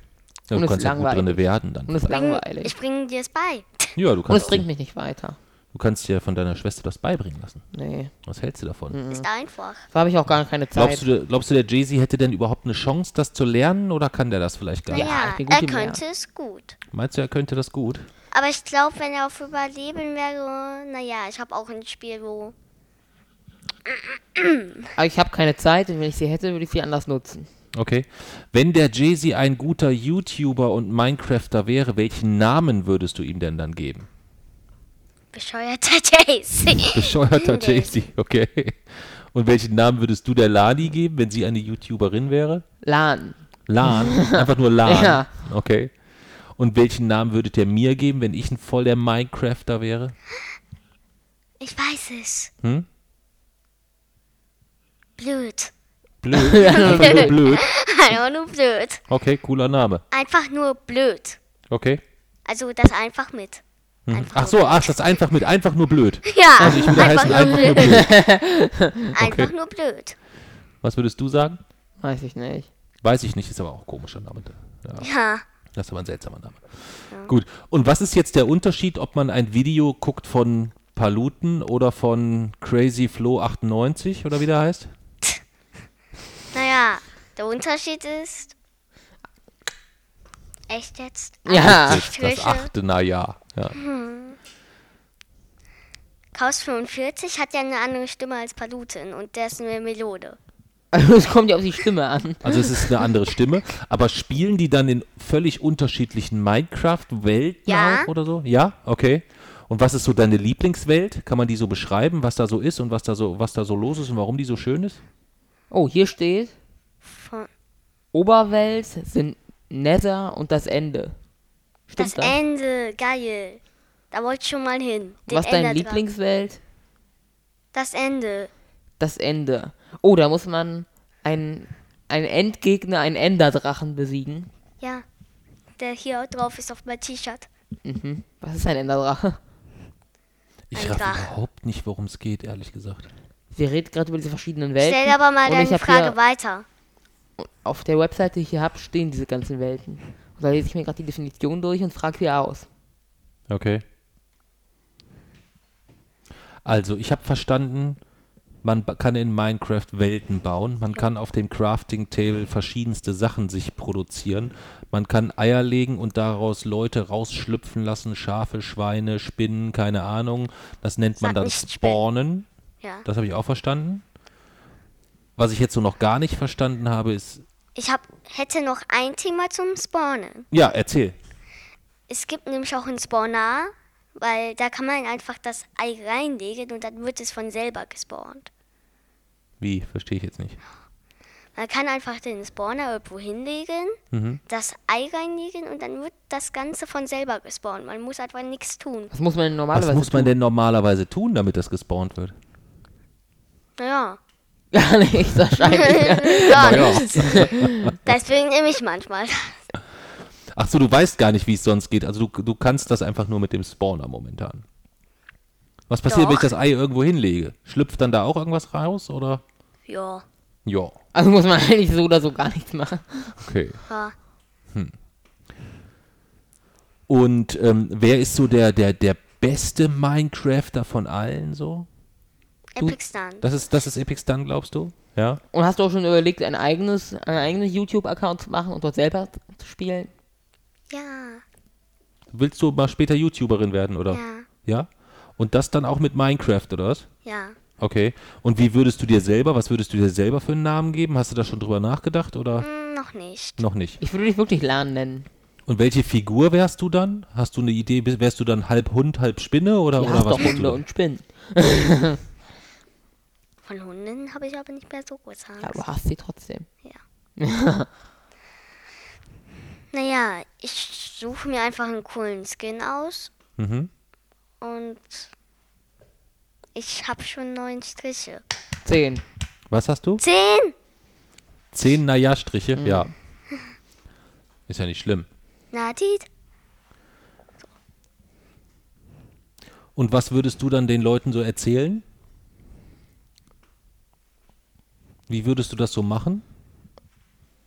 Speaker 1: Ja,
Speaker 2: Und
Speaker 1: du
Speaker 2: es
Speaker 1: kannst
Speaker 2: ist
Speaker 1: auch gut
Speaker 2: langweilig.
Speaker 1: drin werden dann.
Speaker 2: Und es ist langweilig.
Speaker 3: Ich bringe dir es bei.
Speaker 1: Ja, du
Speaker 2: Und es
Speaker 1: kannst,
Speaker 2: bringt
Speaker 1: du
Speaker 2: mich nicht weiter.
Speaker 1: kannst dir von deiner Schwester das beibringen lassen.
Speaker 2: Nee,
Speaker 1: Was hältst du davon?
Speaker 3: Ist
Speaker 2: Mhm.
Speaker 3: einfach.
Speaker 2: da habe ich auch gar keine Zeit.
Speaker 1: Glaubst du, glaubst du, der Jay-Z hätte denn überhaupt eine Chance, das zu lernen oder kann der das vielleicht gar
Speaker 3: Ja,
Speaker 1: nicht?
Speaker 2: ich bin gut
Speaker 3: er
Speaker 2: im Lernen.
Speaker 3: könnte es gut.
Speaker 1: Meinst du, er könnte das gut?
Speaker 3: Aber ich glaube, wenn er auf Überleben wäre, naja, ich habe auch ein Spiel, wo.
Speaker 2: Aber ich habe keine Zeit und wenn ich sie hätte, würde ich sie anders nutzen.
Speaker 1: Okay. Wenn der Jay-Z ein guter YouTuber und Minecrafter wäre, welchen Namen würdest du ihm denn dann geben?
Speaker 3: Bescheuerter Jaycee.
Speaker 1: Bescheuerter
Speaker 3: Nee.
Speaker 1: Jay-Z, okay. Und welchen Namen würdest du der Lani geben, wenn sie eine YouTuberin wäre?
Speaker 2: Lan.
Speaker 1: Lan, einfach nur Lan.
Speaker 2: Ja.
Speaker 1: Okay. Und welchen Namen würdet ihr mir geben, wenn ich ein voll der Minecrafter wäre?
Speaker 3: Ich weiß es.
Speaker 1: Hm?
Speaker 3: Blöd.
Speaker 1: Blöd. Einfach nur blöd.
Speaker 3: Einfach nur blöd.
Speaker 1: Okay, cooler Name.
Speaker 3: Einfach nur blöd.
Speaker 1: Okay.
Speaker 3: Also das einfach mit.
Speaker 1: Mhm. Ach so, ach, das ist einfach mit, einfach nur blöd.
Speaker 3: Ja,
Speaker 1: Also ich würde
Speaker 3: einfach,
Speaker 1: heißen einfach
Speaker 3: nur
Speaker 1: nur
Speaker 3: blöd.
Speaker 1: blöd.
Speaker 3: einfach
Speaker 1: Okay.
Speaker 3: nur blöd.
Speaker 1: Was würdest du sagen?
Speaker 2: Weiß ich nicht.
Speaker 1: Weiß ich nicht, ist aber auch ein komischer Name. Ja,
Speaker 3: Ja,
Speaker 1: das ist aber ein seltsamer Name. Gut, und was ist jetzt der Unterschied, ob man ein Video guckt von Paluten oder von Crazy Flo 98 oder wie der heißt?
Speaker 3: naja, der Unterschied ist. Echt jetzt?
Speaker 2: Ja.
Speaker 1: Das, das achte, naja. Ja.
Speaker 3: Chaos 45 hat ja eine andere Stimme als Palutin und der ist eine Melode.
Speaker 2: Also es kommt ja auf die Stimme an.
Speaker 1: Also es ist eine andere Stimme, aber spielen die dann in völlig unterschiedlichen Minecraft-Welten
Speaker 3: Ja.
Speaker 1: auch oder so? Ja, okay. Und was ist so deine Lieblingswelt? Kann man die so beschreiben, was da so ist und was da so, was da so los ist und warum die so schön ist?
Speaker 2: Oh, hier steht
Speaker 3: Von
Speaker 2: Oberwelt sind Nether und das Ende. Stimmt
Speaker 3: das
Speaker 2: das?
Speaker 3: Ende, geil. Da wollte ich schon mal hin. Den
Speaker 2: Was dein
Speaker 3: Ender dran.
Speaker 2: Lieblingswelt?
Speaker 3: Das Ende.
Speaker 2: das Ende. Oh, da muss man einen, einen Endgegner, einen Enderdrachen besiegen.
Speaker 3: Ja. Der hier drauf ist auf meinem T-Shirt.
Speaker 2: Mhm. Was ist ein Enderdrache?
Speaker 1: Ich
Speaker 3: Ein
Speaker 1: raff
Speaker 3: Drache.
Speaker 1: überhaupt nicht, worum es geht, ehrlich gesagt.
Speaker 2: Wir reden gerade über diese verschiedenen Welten.
Speaker 3: Stell aber mal
Speaker 2: und ich
Speaker 3: deine
Speaker 2: hab
Speaker 3: Frage
Speaker 2: Hier,
Speaker 3: weiter.
Speaker 2: auf der Webseite, die ich hier habe, stehen diese ganzen Welten. Und da lese ich mir gerade die Definition durch und frage hier aus.
Speaker 1: Okay. Also, ich habe verstanden, man ba- kann in Minecraft Welten bauen, man kann auf dem Crafting Table verschiedenste Sachen sich produzieren, man kann Eier legen und daraus Leute rausschlüpfen lassen, Schafe, Schweine, Spinnen, keine Ahnung. Das nennt man
Speaker 3: Sag
Speaker 1: dann
Speaker 3: nicht
Speaker 1: Spawnen.
Speaker 3: Ja.
Speaker 1: Das habe ich auch verstanden. Was ich jetzt so noch gar nicht verstanden habe, ist.
Speaker 3: Ich hab, hätte noch ein Thema zum Spawnen.
Speaker 1: Ja, erzähl.
Speaker 3: Es gibt nämlich auch einen Spawner, weil da kann man einfach das Ei reinlegen und dann wird es von selber gespawnt.
Speaker 1: Wie? Verstehe ich jetzt nicht.
Speaker 3: Man kann einfach den Spawner irgendwo hinlegen,
Speaker 2: Mhm.
Speaker 3: das Ei reinlegen und dann wird das Ganze von selber gespawnt. Man muss einfach nichts tun.
Speaker 2: Was muss man denn normalerweise
Speaker 1: Was muss man
Speaker 2: tun?
Speaker 1: denn normalerweise tun, damit das gespawnt wird?
Speaker 3: Naja,
Speaker 2: Gar nichts wahrscheinlich.
Speaker 3: gar nichts. Deswegen nehme ich manchmal.
Speaker 1: Ach so, du weißt gar nicht, wie es sonst geht. Also du, du kannst das einfach nur mit dem Spawner momentan. Was passiert, wenn ich
Speaker 3: Doch.
Speaker 1: das Ei irgendwo hinlege? Schlüpft dann da auch irgendwas raus oder?
Speaker 3: Ja,
Speaker 1: Ja,
Speaker 2: also muss man eigentlich so oder so gar nichts machen.
Speaker 1: okay.
Speaker 3: ja.
Speaker 1: Und ähm, wer ist so der, der, der beste Minecrafter von allen so?
Speaker 3: Epic Stun.
Speaker 1: Das ist, das ist Epic Stun, glaubst du? Ja?
Speaker 2: Und hast du auch schon überlegt, ein eigenes, einen eigenen YouTube-Account zu machen und dort selber zu spielen?
Speaker 3: Ja,
Speaker 1: Willst du mal später YouTuberin werden, oder?
Speaker 3: ja,
Speaker 1: Ja? Und das dann auch mit Minecraft, oder was?
Speaker 3: ja.
Speaker 1: Okay. Und wie würdest du dir selber, was würdest du dir selber für einen Namen geben? Hast du da schon drüber nachgedacht oder
Speaker 3: Hm, noch nicht.
Speaker 1: noch nicht?
Speaker 2: Ich würde dich wirklich Lan nennen.
Speaker 1: Und welche Figur wärst du dann? Hast du eine Idee? Bist- Wärst du dann halb Hund, halb Spinne oder,
Speaker 2: Du
Speaker 1: oder
Speaker 2: hast
Speaker 1: was?
Speaker 2: doch
Speaker 1: bist du
Speaker 2: Hunde
Speaker 1: dann?
Speaker 2: und Spinnen.
Speaker 3: Von Hunden habe ich aber nicht mehr so groß Angst.
Speaker 2: Ja, du hast sie trotzdem.
Speaker 3: Naja, ich suche mir einfach einen coolen Skin aus
Speaker 1: Mhm.
Speaker 3: und ich habe schon neun Striche.
Speaker 2: Zehn.
Speaker 1: Was hast du?
Speaker 3: Zehn?
Speaker 1: Zehn Naja-Striche?
Speaker 2: Mhm.
Speaker 1: Ja. Ist ja nicht schlimm.
Speaker 3: Na, Diet?
Speaker 1: Und was würdest du dann den Leuten so erzählen? Wie würdest du das so machen?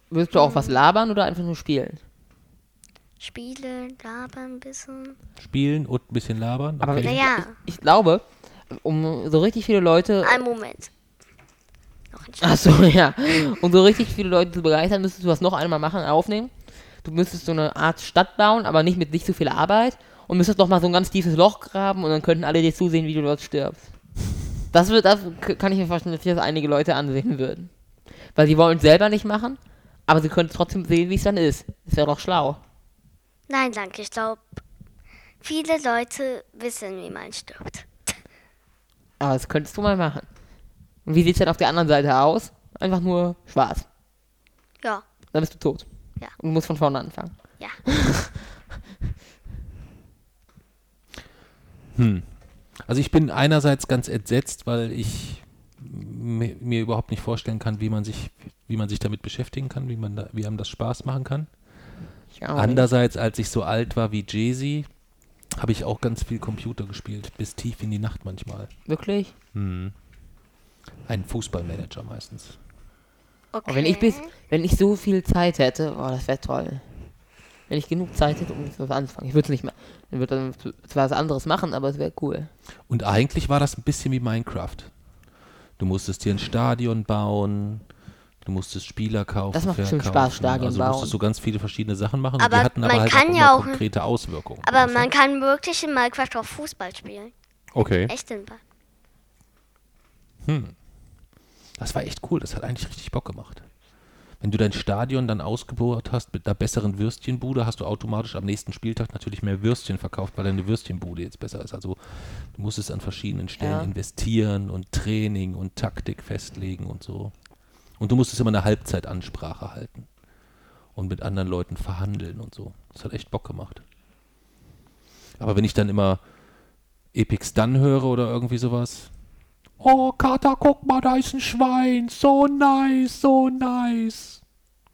Speaker 2: Willst du auch was labern oder einfach nur spielen?
Speaker 3: Spiele, labern ein bisschen.
Speaker 1: Spielen und ein bisschen labern?
Speaker 2: Aber
Speaker 1: Okay.
Speaker 2: ich,
Speaker 3: Naja.
Speaker 2: ich, ich glaube, um so richtig viele Leute.
Speaker 3: Ein Moment. Noch ein Sch-
Speaker 2: Achso, ja. Um so richtig viele Leute zu begeistern, müsstest du das noch einmal machen, aufnehmen. Du müsstest so eine Art Stadt bauen, aber nicht mit nicht so viel Arbeit. Und müsstest noch mal so ein ganz tiefes Loch graben und dann könnten alle dir zusehen, wie du dort stirbst. Das, wird, das k- kann ich mir vorstellen, dass sich das einige Leute ansehen würden. Weil sie wollen es selber nicht machen, aber sie können trotzdem sehen, wie es dann ist. Das wäre doch schlau.
Speaker 3: Nein, danke. Ich glaube, viele Leute wissen, wie man stirbt.
Speaker 2: Aber das könntest du mal machen. Und wie sieht es dann auf der anderen Seite aus? Einfach nur schwarz.
Speaker 3: Ja,
Speaker 2: Dann bist du tot.
Speaker 3: Ja.
Speaker 2: Und du musst von vorne anfangen.
Speaker 3: ja.
Speaker 1: Also ich bin einerseits ganz entsetzt, weil ich mi- mir überhaupt nicht vorstellen kann, wie man sich, wie man sich damit beschäftigen kann, wie man da, wie einem das Spaß machen kann.
Speaker 2: Ich
Speaker 3: Oh.
Speaker 2: auch nicht.
Speaker 1: Andererseits, als ich so alt war wie Jay-Z, habe ich auch ganz viel Computer gespielt, bis tief in die Nacht manchmal.
Speaker 2: Wirklich?
Speaker 1: Ein Fußballmanager meistens.
Speaker 3: Okay.
Speaker 2: Oh, wenn, ich bis, wenn ich so viel Zeit hätte, oh, das wäre toll. Wenn ich genug Zeit hätte, um das anzufangen. Ich würde es nicht mehr. Ich würde dann z- zwar was anderes machen, aber es wäre cool.
Speaker 1: Und eigentlich war das ein bisschen wie Minecraft. Du musstest dir ein Stadion bauen, du musstest Spieler kaufen.
Speaker 2: Das macht bestimmt
Speaker 1: verkaufen.
Speaker 2: Spaß, Stadion
Speaker 1: also
Speaker 2: bauen.
Speaker 1: musstest du ganz viele verschiedene Sachen machen und
Speaker 3: Aber
Speaker 1: die hatten aber
Speaker 3: man
Speaker 1: halt
Speaker 3: kann
Speaker 1: auch
Speaker 3: ja
Speaker 1: immer
Speaker 3: auch-
Speaker 1: konkrete Auswirkungen.
Speaker 3: Aber man kann wirklich in Minecraft auch Fußball spielen.
Speaker 1: okay.
Speaker 3: Echt den Ball.
Speaker 1: Das war echt cool, das hat eigentlich richtig Bock gemacht. Wenn du dein Stadion dann ausgebaut hast mit einer besseren Würstchenbude, hast du automatisch am nächsten Spieltag natürlich mehr Würstchen verkauft, weil deine Würstchenbude jetzt besser ist. Also du musstest an verschiedenen Stellen
Speaker 2: Ja.
Speaker 1: investieren und Training und Taktik festlegen und so. Und du musstest immer eine Halbzeitansprache halten und mit anderen Leuten verhandeln und so. Das hat echt Bock gemacht. Aber wenn ich dann immer Epic Stun höre oder irgendwie sowas, Oh, Kater, guck mal, da ist ein Schwein. So nice, so nice.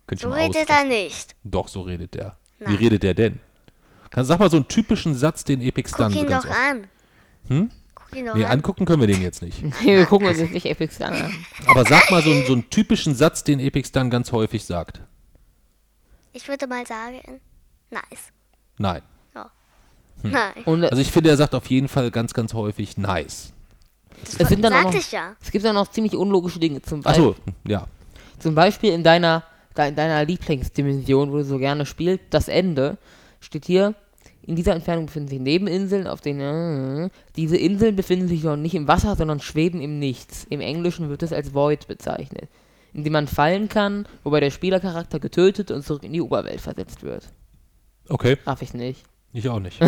Speaker 1: Könnt ihr
Speaker 3: So
Speaker 1: mal
Speaker 3: redet er
Speaker 1: ausrasten.
Speaker 3: nicht.
Speaker 1: Doch, so redet der.
Speaker 3: Nein.
Speaker 1: Wie redet der denn? Kannst sag mal so einen typischen Satz, den Epic
Speaker 3: Guck
Speaker 1: Stun so
Speaker 3: ihn
Speaker 1: ganz
Speaker 3: doch
Speaker 1: oft.
Speaker 3: an.
Speaker 1: Hm?
Speaker 3: Guck ihn doch
Speaker 1: Nee,
Speaker 3: an.
Speaker 1: angucken können wir den jetzt nicht.
Speaker 2: Wir gucken uns jetzt nicht Epic Star an.
Speaker 1: Aber sag mal so einen, so einen typischen Satz, den Epic Stun ganz häufig sagt.
Speaker 3: Ich würde mal sagen, nice.
Speaker 1: Nein.
Speaker 2: Hm.
Speaker 3: Nein.
Speaker 2: Und
Speaker 1: Also ich finde, er sagt auf jeden Fall ganz, ganz häufig nice.
Speaker 2: Oh, es sind dann auch
Speaker 3: Sagte
Speaker 2: noch,
Speaker 3: ich ja.
Speaker 2: es gibt dann noch ziemlich unlogische Dinge. Zum Beispiel,
Speaker 1: Achso, ja.
Speaker 2: Zum Beispiel in deiner, de, deiner Lieblingsdimension, wo du so gerne spielst, das Ende, steht hier, in dieser Entfernung befinden sich Nebeninseln, auf denen diese Inseln befinden sich noch nicht im Wasser, sondern schweben im Nichts. Im Englischen wird es als Void bezeichnet, in dem man fallen kann, wobei der Spielercharakter getötet und zurück in die Oberwelt versetzt wird.
Speaker 1: Okay,
Speaker 2: Raff ich nicht.
Speaker 1: ich auch nicht.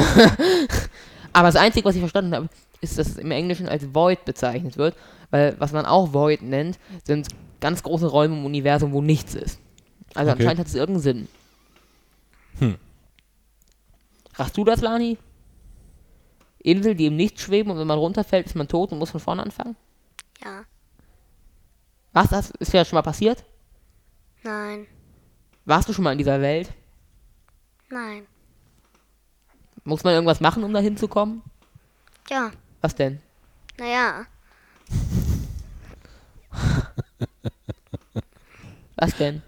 Speaker 2: Aber das Einzige, was ich verstanden habe, ist, dass es im Englischen als Void bezeichnet wird, weil was man auch Void nennt, sind ganz große Räume im Universum, wo nichts ist. Also
Speaker 1: Okay.
Speaker 2: anscheinend hat es irgendeinen Sinn. Hm. Hast du das, Lani? Insel, die im Nichts schweben und wenn man runterfällt, ist man tot und muss von vorne anfangen?
Speaker 3: Ja.
Speaker 2: Was? Das ist ja schon mal passiert?
Speaker 3: Nein.
Speaker 2: Warst du schon mal in dieser Welt?
Speaker 3: Nein.
Speaker 2: Muss man irgendwas machen, um da hinzukommen?
Speaker 3: Ja.
Speaker 2: Was denn?
Speaker 3: Naja.
Speaker 2: Was denn?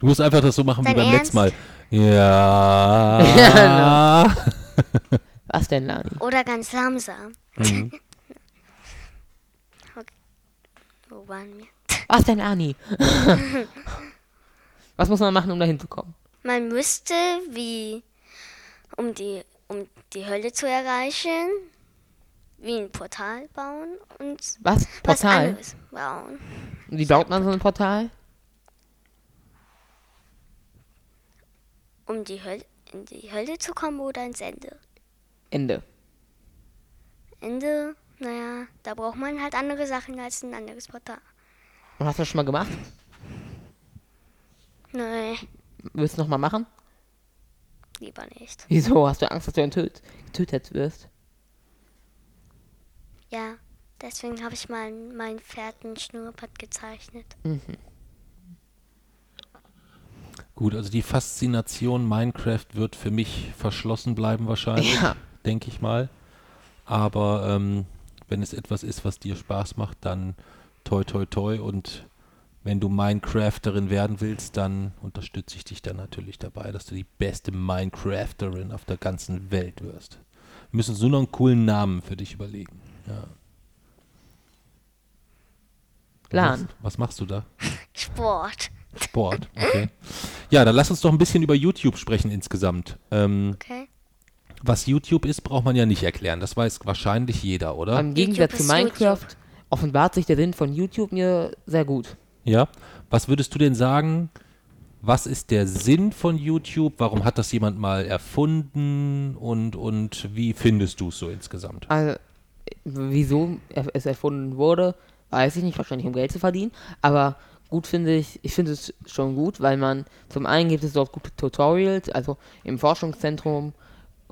Speaker 1: Du musst einfach das so machen wie
Speaker 3: Dein
Speaker 1: beim
Speaker 3: Ernst?
Speaker 1: letzten Mal. Ja.
Speaker 2: Was denn, Lani?
Speaker 1: Mhm.
Speaker 3: Oder ganz langsam. U-Bahn mehr.
Speaker 2: Was denn, Ani? Was muss man machen, um da hinzukommen?
Speaker 3: Man müsste, wie um die, um die Hölle zu erreichen, wie ein Portal bauen und
Speaker 2: Was?
Speaker 3: was
Speaker 2: Portal?
Speaker 3: anderes bauen.
Speaker 2: Wie baut man so ein Portal?
Speaker 3: Um die Hölle, in die Hölle zu kommen oder ins Ende.
Speaker 2: Ende.
Speaker 3: Ende, naja, da braucht man halt andere Sachen als ein anderes Portal.
Speaker 2: Und hast du das schon mal gemacht?
Speaker 3: Nee,
Speaker 2: Willst du nochmal machen?
Speaker 3: lieber nicht.
Speaker 2: Wieso? Hast du Angst, dass du enthüllt- getötet wirst?
Speaker 3: Ja, deswegen habe ich mal mein Pferd ein Schnurrbart gezeichnet.
Speaker 1: Gut, also die Faszination Minecraft wird für mich verschlossen bleiben wahrscheinlich,
Speaker 2: Ja.
Speaker 1: denke ich mal. Aber ähm, wenn es etwas ist, was dir Spaß macht, dann toi toi toi und wenn du Minecrafterin werden willst, dann unterstütze ich dich dann natürlich dabei, dass du die beste Minecrafterin auf der ganzen Welt wirst. Wir müssen uns nur noch einen coolen Namen für dich überlegen. Ja.
Speaker 2: Plan.
Speaker 1: Was, was machst du da?
Speaker 3: Sport.
Speaker 1: Sport, okay. Ja, dann lass uns doch ein bisschen über YouTube sprechen insgesamt. Ähm,
Speaker 3: Okay.
Speaker 1: was YouTube ist, braucht man ja nicht erklären. Das weiß wahrscheinlich jeder, oder?
Speaker 2: Im Gegensatz zu
Speaker 3: ist YouTube.
Speaker 2: Minecraft offenbart sich der Sinn von YouTube mir sehr gut.
Speaker 1: ja. Was würdest du denn sagen? Was ist der Sinn von YouTube? Warum hat das jemand mal erfunden? Und, und wie findest du es so insgesamt?
Speaker 2: Also, wieso er- es erfunden wurde, weiß ich nicht, wahrscheinlich um Geld zu verdienen, aber gut finde ich, ich finde es schon gut, weil man, zum einen gibt es dort gute Tutorials, also im Forschungszentrum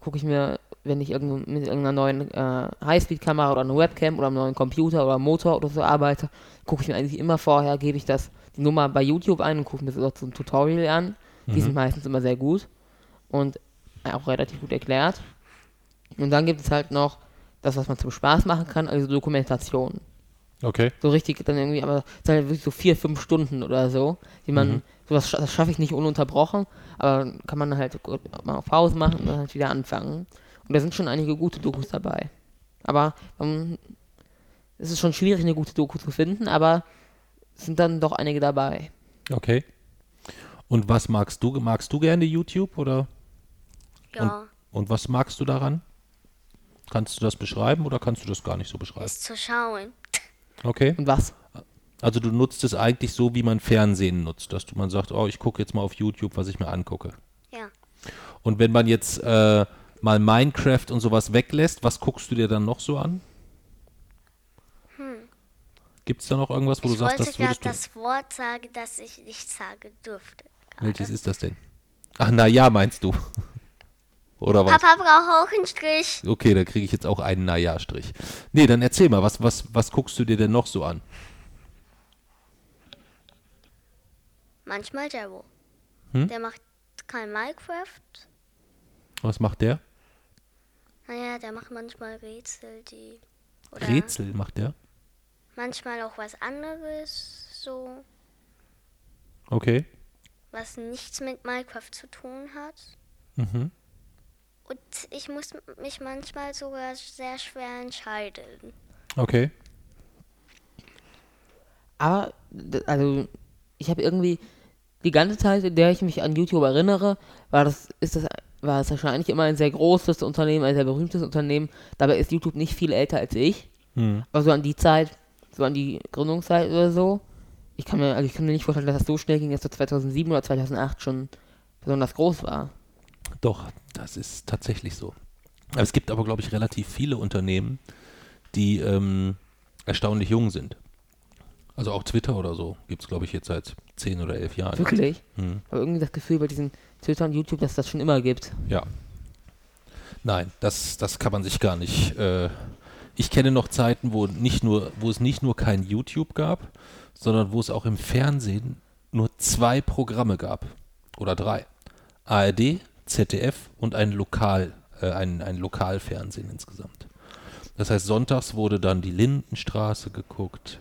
Speaker 2: gucke ich mir, wenn ich irgendwo mit irgendeiner neuen äh, Highspeed-Kamera oder einer Webcam oder einem neuen Computer oder Motor oder so arbeite, gucke ich mir eigentlich immer vorher, gebe ich das die Nummer bei YouTube ein und gucke mir dort so ein Tutorial an. Die sind meistens immer sehr gut und auch relativ gut erklärt. Und dann gibt es halt noch das, was man zum Spaß machen kann, also Dokumentationen.
Speaker 1: Okay.
Speaker 2: So richtig dann irgendwie, aber es sind halt wirklich so vier, fünf Stunden oder so, die man, sowas scha- das schaffe ich nicht ununterbrochen, aber kann man halt gut mal auf Pause machen und dann halt wieder anfangen. Und da sind schon einige gute Dokus dabei. Aber ähm, es ist schon schwierig, eine gute Doku zu finden, aber es sind dann doch einige dabei.
Speaker 1: Okay. Und was magst du? Magst du gerne YouTube oder?
Speaker 3: Ja,
Speaker 1: Und was magst du daran? Kannst du das beschreiben oder kannst du das gar nicht so beschreiben?
Speaker 3: ist zu schauen.
Speaker 1: Okay.
Speaker 2: Und was?
Speaker 1: Also du nutzt es eigentlich so, wie man Fernsehen nutzt, dass du man sagt, oh, ich gucke jetzt mal auf YouTube, was ich mir angucke.
Speaker 3: Ja.
Speaker 1: Und wenn man jetzt äh, mal Minecraft und sowas weglässt, was guckst du dir dann noch so an? Hm. Gibt es da noch irgendwas, wo
Speaker 3: Hm. Ich
Speaker 1: du sagst,
Speaker 3: wollte
Speaker 1: das
Speaker 3: gerade
Speaker 1: würdest du?
Speaker 3: das Wort sagen, das ich nicht sagen durfte.
Speaker 1: Welches ist das denn? Ach, na ja, meinst du? Oder was?
Speaker 3: Papa braucht auch einen Strich.
Speaker 1: Okay, da kriege ich jetzt auch einen Naja-Strich. Nee, dann erzähl mal, was, was, was guckst du dir denn noch so an?
Speaker 3: Manchmal Jero.
Speaker 1: Hm?
Speaker 3: Der macht kein Minecraft.
Speaker 1: Was macht der?
Speaker 3: Naja, der macht manchmal Rätsel, die. Oder
Speaker 1: Rätsel macht der?
Speaker 3: manchmal auch was anderes, so.
Speaker 1: Okay.
Speaker 3: Was nichts mit Minecraft zu tun hat.
Speaker 1: Mhm.
Speaker 3: Und ich muss mich manchmal sogar sehr schwer entscheiden.
Speaker 1: Okay.
Speaker 2: Aber, d- also, ich habe irgendwie die ganze Zeit, in der ich mich an YouTube erinnere, war das, ist das, war es wahrscheinlich immer ein sehr großes Unternehmen, ein sehr berühmtes Unternehmen. Dabei ist YouTube nicht viel älter als ich. Aber so an die Zeit, so an die Gründungszeit oder so. Ich kann mir, also ich kann mir nicht vorstellen, dass das so schnell ging, dass das 2007 oder 2008 schon besonders groß war.
Speaker 1: Doch, das ist tatsächlich so. Aber Es gibt aber, glaube ich, relativ viele Unternehmen, die ähm, erstaunlich jung sind. Also auch Twitter oder so gibt es, glaube ich, jetzt seit 10 oder 11 Jahren. Hm.
Speaker 2: Wirklich. Aber irgendwie das Gefühl bei diesen Twitter und YouTube, dass das schon immer gibt.
Speaker 1: Ja. Nein, das, das kann man sich gar nicht. Äh, ich kenne noch Zeiten, wo, nicht nur, wo es nicht nur kein YouTube gab, sondern wo es auch im Fernsehen nur zwei Programme gab. Oder drei. ARD, ZDF und ein, Lokal, äh, ein, ein Lokalfernsehen insgesamt. Das heißt, sonntags wurde dann die Lindenstraße geguckt.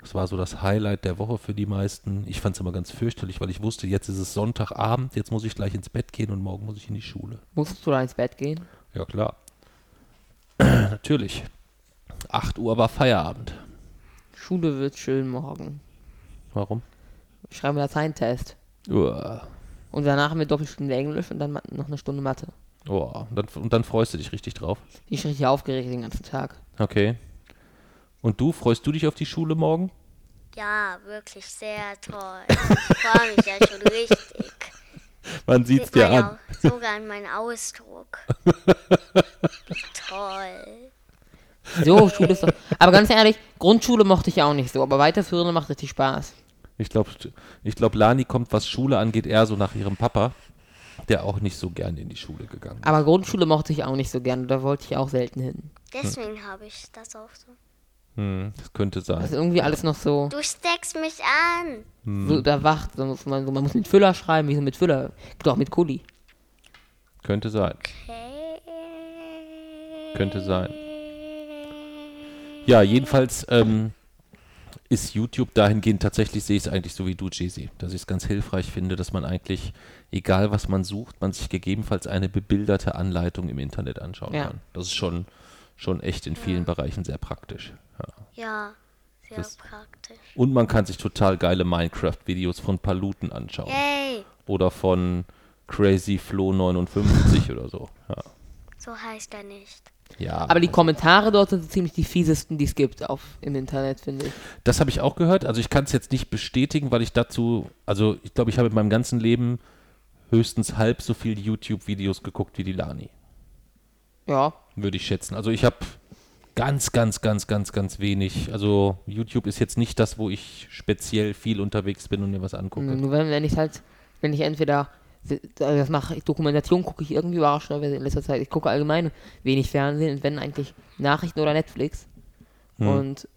Speaker 1: Das war so das Highlight der Woche für die meisten. Ich fand es immer ganz fürchterlich, weil ich wusste, jetzt ist es Sonntagabend, jetzt muss ich gleich ins Bett gehen und morgen muss ich in die Schule.
Speaker 2: Musstest du da ins Bett gehen?
Speaker 1: Ja, klar. Natürlich. 8 Uhr war Feierabend.
Speaker 2: Schule wird schön morgen.
Speaker 1: Warum?
Speaker 2: Schreiben wir Lateintest.
Speaker 1: Uah.
Speaker 2: Und danach haben wir Doppelstunde Englisch und dann ma- noch eine Stunde Mathe.
Speaker 1: Uah. Und, dann, und dann freust du dich richtig drauf.
Speaker 2: Ich bin richtig aufgeregt den ganzen Tag.
Speaker 1: Okay. Und du, freust du dich auf die Schule morgen?
Speaker 3: Ja, wirklich sehr toll. Ich freue mich ja schon richtig.
Speaker 1: Man sieht's
Speaker 3: Sieht man
Speaker 1: dir
Speaker 3: ja
Speaker 1: an.
Speaker 3: auch sogar an meinem Ausdruck. Wie toll.
Speaker 2: So, Schule ist doch. Aber ganz ehrlich, Grundschule mochte ich auch nicht so, aber weiterführende macht richtig Spaß.
Speaker 1: Ich glaube, ich glaub, Lani kommt, was Schule angeht, eher so nach ihrem Papa, der auch nicht so gern in die Schule gegangen ist.
Speaker 2: Aber Grundschule mochte ich auch nicht so gerne, da wollte ich auch selten hin.
Speaker 3: Deswegen habe ich das auch so.
Speaker 1: Hm, das könnte
Speaker 2: Das
Speaker 1: sein.
Speaker 2: ist irgendwie alles noch so,
Speaker 3: Du steckst mich an.
Speaker 2: so da wacht. So muss man, so, man muss mit Füller schreiben, wie so mit Füller. Gibt auch mit Kuli.
Speaker 1: Könnte sein.
Speaker 3: Okay.
Speaker 1: Könnte sein. Ja, jedenfalls ähm, ist YouTube dahingehend tatsächlich, sehe ich es eigentlich so wie du, Jesse, dass ich es ganz hilfreich finde, dass man eigentlich, egal was man sucht, man sich gegebenenfalls eine bebilderte Anleitung im Internet anschauen
Speaker 2: Ja.
Speaker 1: kann. Das ist schon, schon echt in vielen Bereichen sehr praktisch. Ja.
Speaker 3: Ja, sehr
Speaker 1: Das-
Speaker 3: praktisch.
Speaker 1: Und man kann sich total geile Minecraft-Videos von Paluten anschauen.
Speaker 3: Yay,
Speaker 1: Oder von Crazy Flo 59 oder so. Ja.
Speaker 3: so heißt er nicht.
Speaker 1: ja.
Speaker 2: Aber die Kommentare dort sind so ziemlich die fiesesten, die es gibt auf, im Internet, finde ich.
Speaker 1: Das habe ich auch gehört. Also ich kann es jetzt nicht bestätigen, weil ich dazu, also ich glaube, ich habe in meinem ganzen Leben höchstens halb so viel YouTube-Videos geguckt wie die Lani,
Speaker 2: Ja,
Speaker 1: würde ich schätzen. Also ich habe ganz, ganz, ganz, ganz, ganz wenig. Also YouTube ist jetzt nicht das, wo ich speziell viel unterwegs bin und mir was angucke.
Speaker 2: Nur wenn, wenn ich halt, wenn ich entweder also das mache, ich Dokumentation gucke ich irgendwie überraschend aber in letzter Zeit. Ich gucke allgemein wenig Fernsehen und wenn eigentlich Nachrichten oder Netflix. Und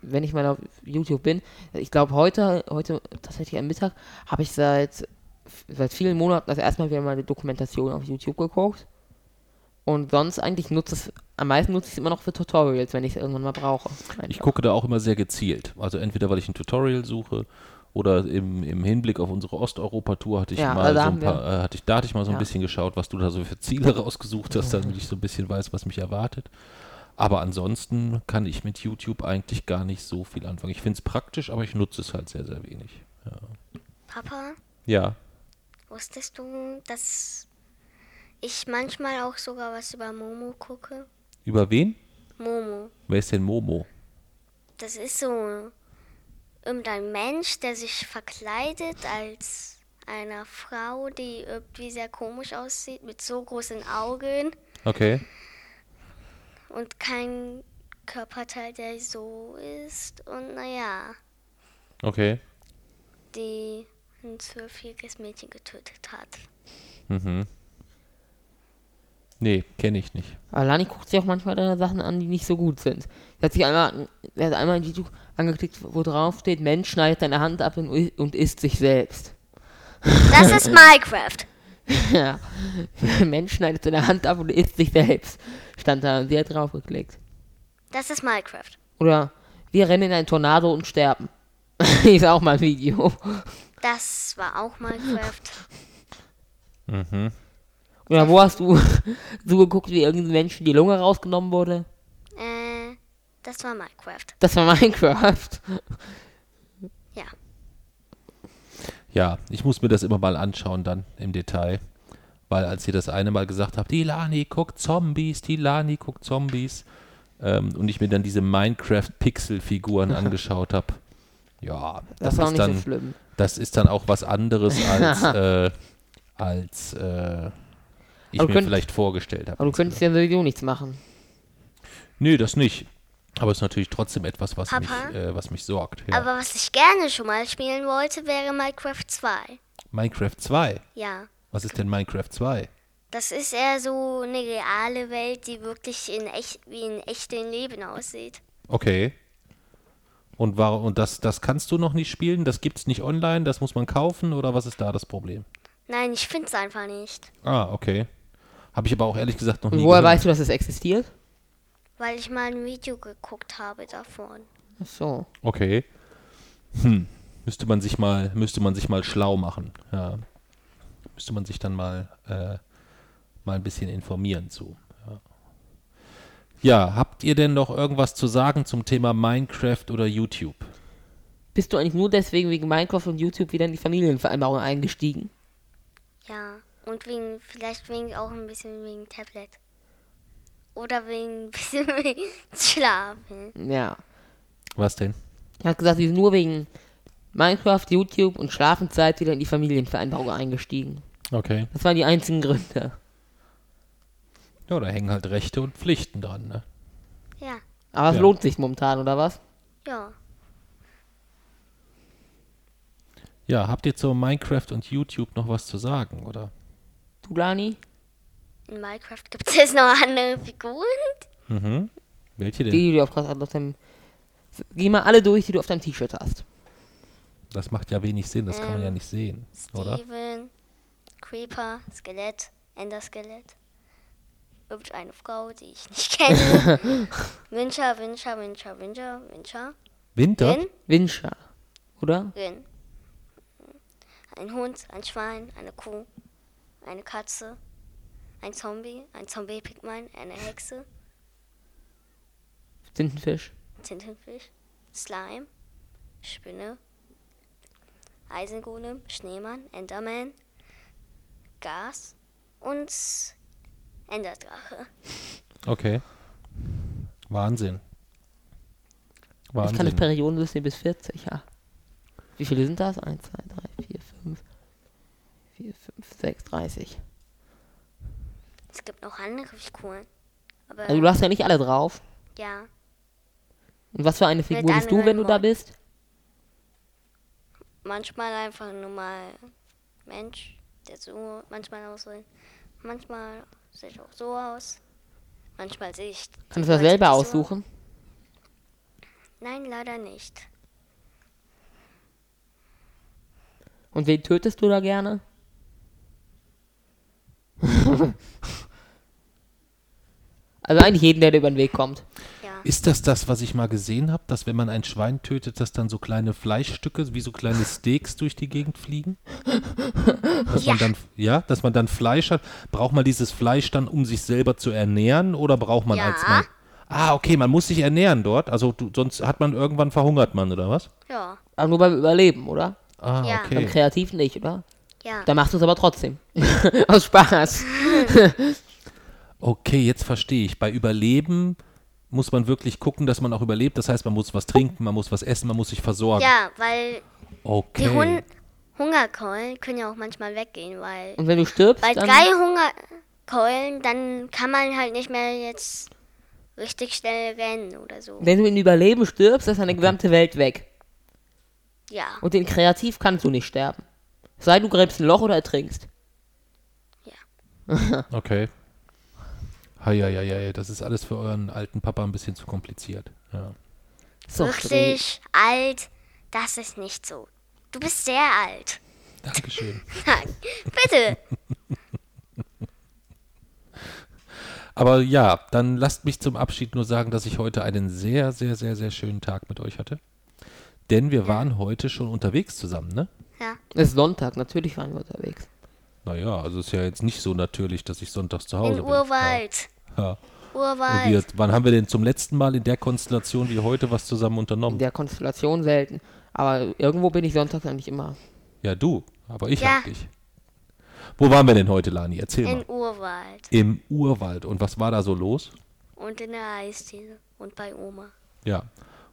Speaker 2: wenn ich mal auf YouTube bin, ich glaube heute, heute tatsächlich am Mittag, habe ich seit seit vielen Monaten das erste Mal wieder mal eine Dokumentation auf YouTube geguckt. Und sonst eigentlich nutze es, am meisten nutze ich es immer noch für Tutorials, wenn ich es irgendwann mal brauche.
Speaker 1: Ich gucke da auch immer sehr gezielt. Also entweder, weil ich ein Tutorial suche oder im, im Hinblick auf unsere Osteuropa-Tour hatte ich
Speaker 2: Ja,
Speaker 1: mal
Speaker 2: also
Speaker 1: so ein
Speaker 2: haben
Speaker 1: paar, äh, hatte ich, da hatte ich mal so ein
Speaker 2: Ja.
Speaker 1: bisschen geschaut, was du da so für Ziele rausgesucht hast, damit ich so ein bisschen weiß, was mich erwartet. Aber ansonsten kann ich mit YouTube eigentlich gar nicht so viel anfangen. Ich finde es praktisch, aber ich nutze es halt sehr, sehr wenig.
Speaker 3: Papa,
Speaker 1: Ja.
Speaker 3: wusstest du, dass ich manchmal auch sogar was über Momo gucke?
Speaker 1: Über wen?
Speaker 3: Momo,
Speaker 1: Wer ist denn Momo?
Speaker 3: das ist so irgendein Mensch, der sich verkleidet als einer Frau, die irgendwie sehr komisch aussieht, mit so großen Augen
Speaker 1: Okay.
Speaker 3: und kein Körperteil, der so ist. Und naja.
Speaker 1: Okay.
Speaker 3: die ein zwölfjähriges Mädchen getötet hat.
Speaker 1: Mhm. Nee, kenne ich nicht.
Speaker 2: Aber Lani guckt sich auch manchmal deine Sachen an, die nicht so gut sind. Er hat sich einmal, er hat einmal ein Video angeklickt, wo drauf steht, Mensch schneidet deine Hand ab und, i- und isst sich selbst.
Speaker 3: Das ist Minecraft.
Speaker 2: Ja. Mensch schneidet deine Hand ab und isst sich selbst. Stand da und sie hat draufgeklickt.
Speaker 3: Das ist Minecraft.
Speaker 2: Oder wir rennen in einen Tornado und sterben. ist auch mal ein Video.
Speaker 3: Das war auch Minecraft.
Speaker 2: Oder wo hast du zugeguckt, wie irgendeinem Menschen die Lunge rausgenommen wurde?
Speaker 3: äh, das war Minecraft.
Speaker 2: Das war Minecraft.
Speaker 3: Ja.
Speaker 1: Ja, ich muss mir das immer mal anschauen dann im Detail. Weil als ihr das eine Mal gesagt habt, die Lani guckt Zombies, die Lani guckt Zombies. Ähm, und ich mir dann diese Minecraft-Pixel-Figuren angeschaut habe. Ja, das,
Speaker 2: Das, war auch
Speaker 1: ist
Speaker 2: nicht
Speaker 1: dann,
Speaker 2: so schlimm.
Speaker 1: das ist dann auch was anderes als, äh, als äh, ich
Speaker 2: Aber
Speaker 1: mir
Speaker 2: könnt-
Speaker 1: vielleicht vorgestellt habe.
Speaker 2: Aber du könntest ja sowieso nichts machen.
Speaker 1: Nö, das nicht. Aber es ist natürlich trotzdem etwas, was, mich,
Speaker 3: Papa?
Speaker 1: äh, was mich sorgt. Ja.
Speaker 3: Aber was ich gerne schon mal spielen wollte, wäre Minecraft 2.
Speaker 1: Minecraft 2.
Speaker 3: Ja.
Speaker 1: Was ist denn Minecraft 2?
Speaker 3: Das ist eher so eine reale Welt, die wirklich in echt, wie in echtem Leben aussieht.
Speaker 1: Okay. Und, war, und das, das kannst du noch nicht spielen? Das gibt's nicht online? Das muss man kaufen? Oder was ist da das Problem?
Speaker 3: Nein, ich find's einfach nicht.
Speaker 1: Ah, okay. Habe ich aber auch ehrlich gesagt noch nie
Speaker 2: Und woher
Speaker 1: gehört.
Speaker 2: weißt du, dass es existiert?
Speaker 3: Weil ich mal ein Video geguckt habe davon.
Speaker 2: Ach so.
Speaker 1: Okay. Hm. Müsste man sich mal, müsste man sich mal schlau machen. Ja. Müsste man sich dann mal, äh, mal ein bisschen informieren zu. Ja. Ja, habt ihr denn noch irgendwas zu sagen zum Thema Minecraft oder YouTube?
Speaker 2: Bist du eigentlich nur deswegen wegen Minecraft und YouTube wieder in die Familienvereinbarung eingestiegen?
Speaker 3: Ja. Und wegen, vielleicht wegen auch ein bisschen wegen Tablet. Oder wegen ein bisschen wegen Schlafen.
Speaker 2: Ja.
Speaker 1: Was denn?
Speaker 2: Er hat gesagt, sie ist nur wegen Minecraft, YouTube und Schlafenszeit wieder in die Familienvereinbarung eingestiegen.
Speaker 1: Okay.
Speaker 2: Das waren die einzigen Gründe.
Speaker 1: Ja, da hängen halt Rechte und Pflichten dran, ne?
Speaker 3: Ja.
Speaker 2: Aber es
Speaker 1: Ja.
Speaker 2: lohnt sich momentan, oder was?
Speaker 3: Ja.
Speaker 1: Ja, habt ihr zu Minecraft und YouTube noch was zu sagen, oder?
Speaker 2: Du, Lani?
Speaker 3: In Minecraft gibt es jetzt noch andere Figuren.
Speaker 1: Mhm. Welche denn?
Speaker 2: Die, die du auf, auf deinem. Geh mal alle durch, die du auf deinem T-Shirt hast.
Speaker 1: Das macht ja wenig Sinn, das kann man ja nicht sehen, oder?
Speaker 3: Steven, Creeper, Skelett, Enderskelett. Irgendeine Frau, die ich nicht kenne. Wincher, Wincher, Wincher, Wincher, Wincher.
Speaker 1: Winter?
Speaker 3: Rin,
Speaker 2: Winscher. Oder?
Speaker 3: Rin. Ein Hund, ein Schwein, eine Kuh, eine Katze, ein Zombie, ein Zombie-Pigman, eine Hexe,
Speaker 2: Tintenfisch.
Speaker 3: Tintenfisch, Slime, Spinne, Eisengolem, Schneemann, Enderman, Gas und Enderdrache.
Speaker 1: Okay. Wahnsinn.
Speaker 2: Ich kann das
Speaker 1: Wahnsinn.
Speaker 2: Periodensystem bis 40, ja. Wie viele sind das? 1, 2, 3, 4, 5, 4, 5, 6, 30.
Speaker 3: Es gibt noch andere Figuren. Aber
Speaker 2: Also du hast ja nicht alle drauf.
Speaker 3: ja,
Speaker 2: Und was für eine Figur bist du,
Speaker 3: anderen
Speaker 2: wenn du da
Speaker 3: Mod.
Speaker 2: bist?
Speaker 3: manchmal einfach nur mal Mensch, der so, manchmal auch so, manchmal sehe ich auch so aus. Manchmal sehe ich.
Speaker 2: Kannst du das selber aussuchen?
Speaker 3: Nein, leider nicht.
Speaker 2: Und wen tötest du da gerne? also eigentlich jeden, der dir über den Weg kommt.
Speaker 3: Ja,
Speaker 1: Ist das das, was ich mal gesehen habe, dass wenn man ein Schwein tötet, dass dann so kleine Fleischstücke wie so kleine Steaks durch die Gegend fliegen? Dass man
Speaker 3: Ja.
Speaker 1: dann, ja, dass man dann Fleisch hat. Braucht man dieses Fleisch dann, um sich selber zu ernähren oder braucht man
Speaker 3: Ja.
Speaker 1: als man. Ah, okay, man muss sich ernähren dort. Also du, sonst hat man irgendwann verhungert man, oder was?
Speaker 3: ja,
Speaker 2: Aber nur beim Überleben, oder?
Speaker 1: Ah,
Speaker 3: Ja.
Speaker 2: Beim
Speaker 1: okay.
Speaker 2: Kreativ nicht, oder?
Speaker 3: ja.
Speaker 2: Dann machst du es aber trotzdem. Aus Spaß.
Speaker 1: Okay, jetzt verstehe ich. Bei Überleben muss man wirklich gucken, dass man auch überlebt. Das heißt, man muss was trinken, man muss was essen, man muss sich versorgen.
Speaker 3: Ja, weil die
Speaker 1: Okay.
Speaker 3: Hun Hungerkeulen können ja auch manchmal weggehen, weil
Speaker 2: Und wenn du stirbst,
Speaker 3: bei
Speaker 2: dann...
Speaker 3: drei Hungerkeulen, dann kann man halt nicht mehr jetzt richtig schnell rennen oder so.
Speaker 2: Wenn du in Überleben stirbst, ist deine gesamte Welt weg.
Speaker 3: Ja,
Speaker 2: Und in Kreativ kannst du nicht sterben. Sei du gräbst ein Loch oder ertrinkst.
Speaker 1: Okay. Heieiei, das ist alles für euren alten Papa ein bisschen zu kompliziert. Ja.
Speaker 2: So,
Speaker 3: richtig alt, das ist nicht so. Du bist sehr alt.
Speaker 1: Dankeschön.
Speaker 3: Nein, bitte.
Speaker 1: Aber ja, dann lasst mich zum Abschied nur sagen, dass ich heute einen sehr, sehr, sehr, sehr schönen Tag mit euch hatte. Denn wir waren heute schon unterwegs zusammen, ne?
Speaker 3: Ja,
Speaker 2: Es ist Sonntag, natürlich waren wir unterwegs.
Speaker 1: Naja, also ist ja jetzt nicht so natürlich, dass ich sonntags zu Hause
Speaker 3: in
Speaker 1: Oh, bin.
Speaker 3: Urwald.
Speaker 1: Ja. Und wir,
Speaker 3: Urwald.
Speaker 1: wann haben wir denn zum letzten Mal in der Konstellation wie heute was zusammen
Speaker 2: In
Speaker 1: unternommen?
Speaker 2: der Konstellation selten. Aber irgendwo bin ich sonntags eigentlich immer.
Speaker 1: Ja, du, aber ich
Speaker 3: Ja.
Speaker 1: hab dich. Wo waren wir denn heute, Lani? Erzähl mal.
Speaker 3: In Urwald.
Speaker 1: Im Urwald. Und was war da so los?
Speaker 3: Und in der Eisdiele. Und bei Oma.
Speaker 1: Ja.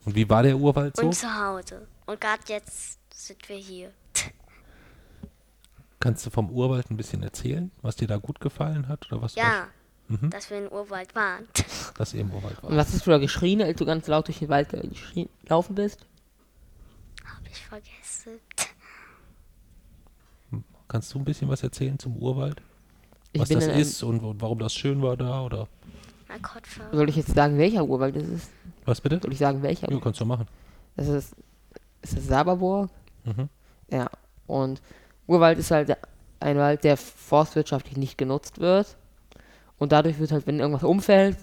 Speaker 1: Und wie war der Urwald so?
Speaker 3: Und zu Hause. Und gerade jetzt sind wir hier.
Speaker 1: Kannst du vom Urwald ein bisschen erzählen, was dir da gut gefallen hat oder was,
Speaker 3: Ja,
Speaker 1: Mhm.
Speaker 3: dass wir in Urwald waren.
Speaker 1: was das eben Urwald war?
Speaker 2: Und was hast du da geschrien, als du ganz laut durch den Wald geschrien, laufen bist?
Speaker 3: Hab ich vergessen.
Speaker 1: Kannst du ein bisschen was erzählen zum Urwald?
Speaker 2: Ich
Speaker 1: was
Speaker 2: bin
Speaker 1: das
Speaker 2: in einem-
Speaker 1: ist und, und warum das schön war da oder
Speaker 3: Mein Gott, ver-
Speaker 2: Soll ich jetzt sagen, welcher Urwald das ist?
Speaker 1: was bitte?
Speaker 2: Soll ich sagen, welcher?
Speaker 1: Ja, kannst du machen.
Speaker 2: Das ist, ist das Saberburg. Ja, und Urwald ist halt ein Wald, der forstwirtschaftlich nicht genutzt wird. Und dadurch wird halt, wenn irgendwas umfällt,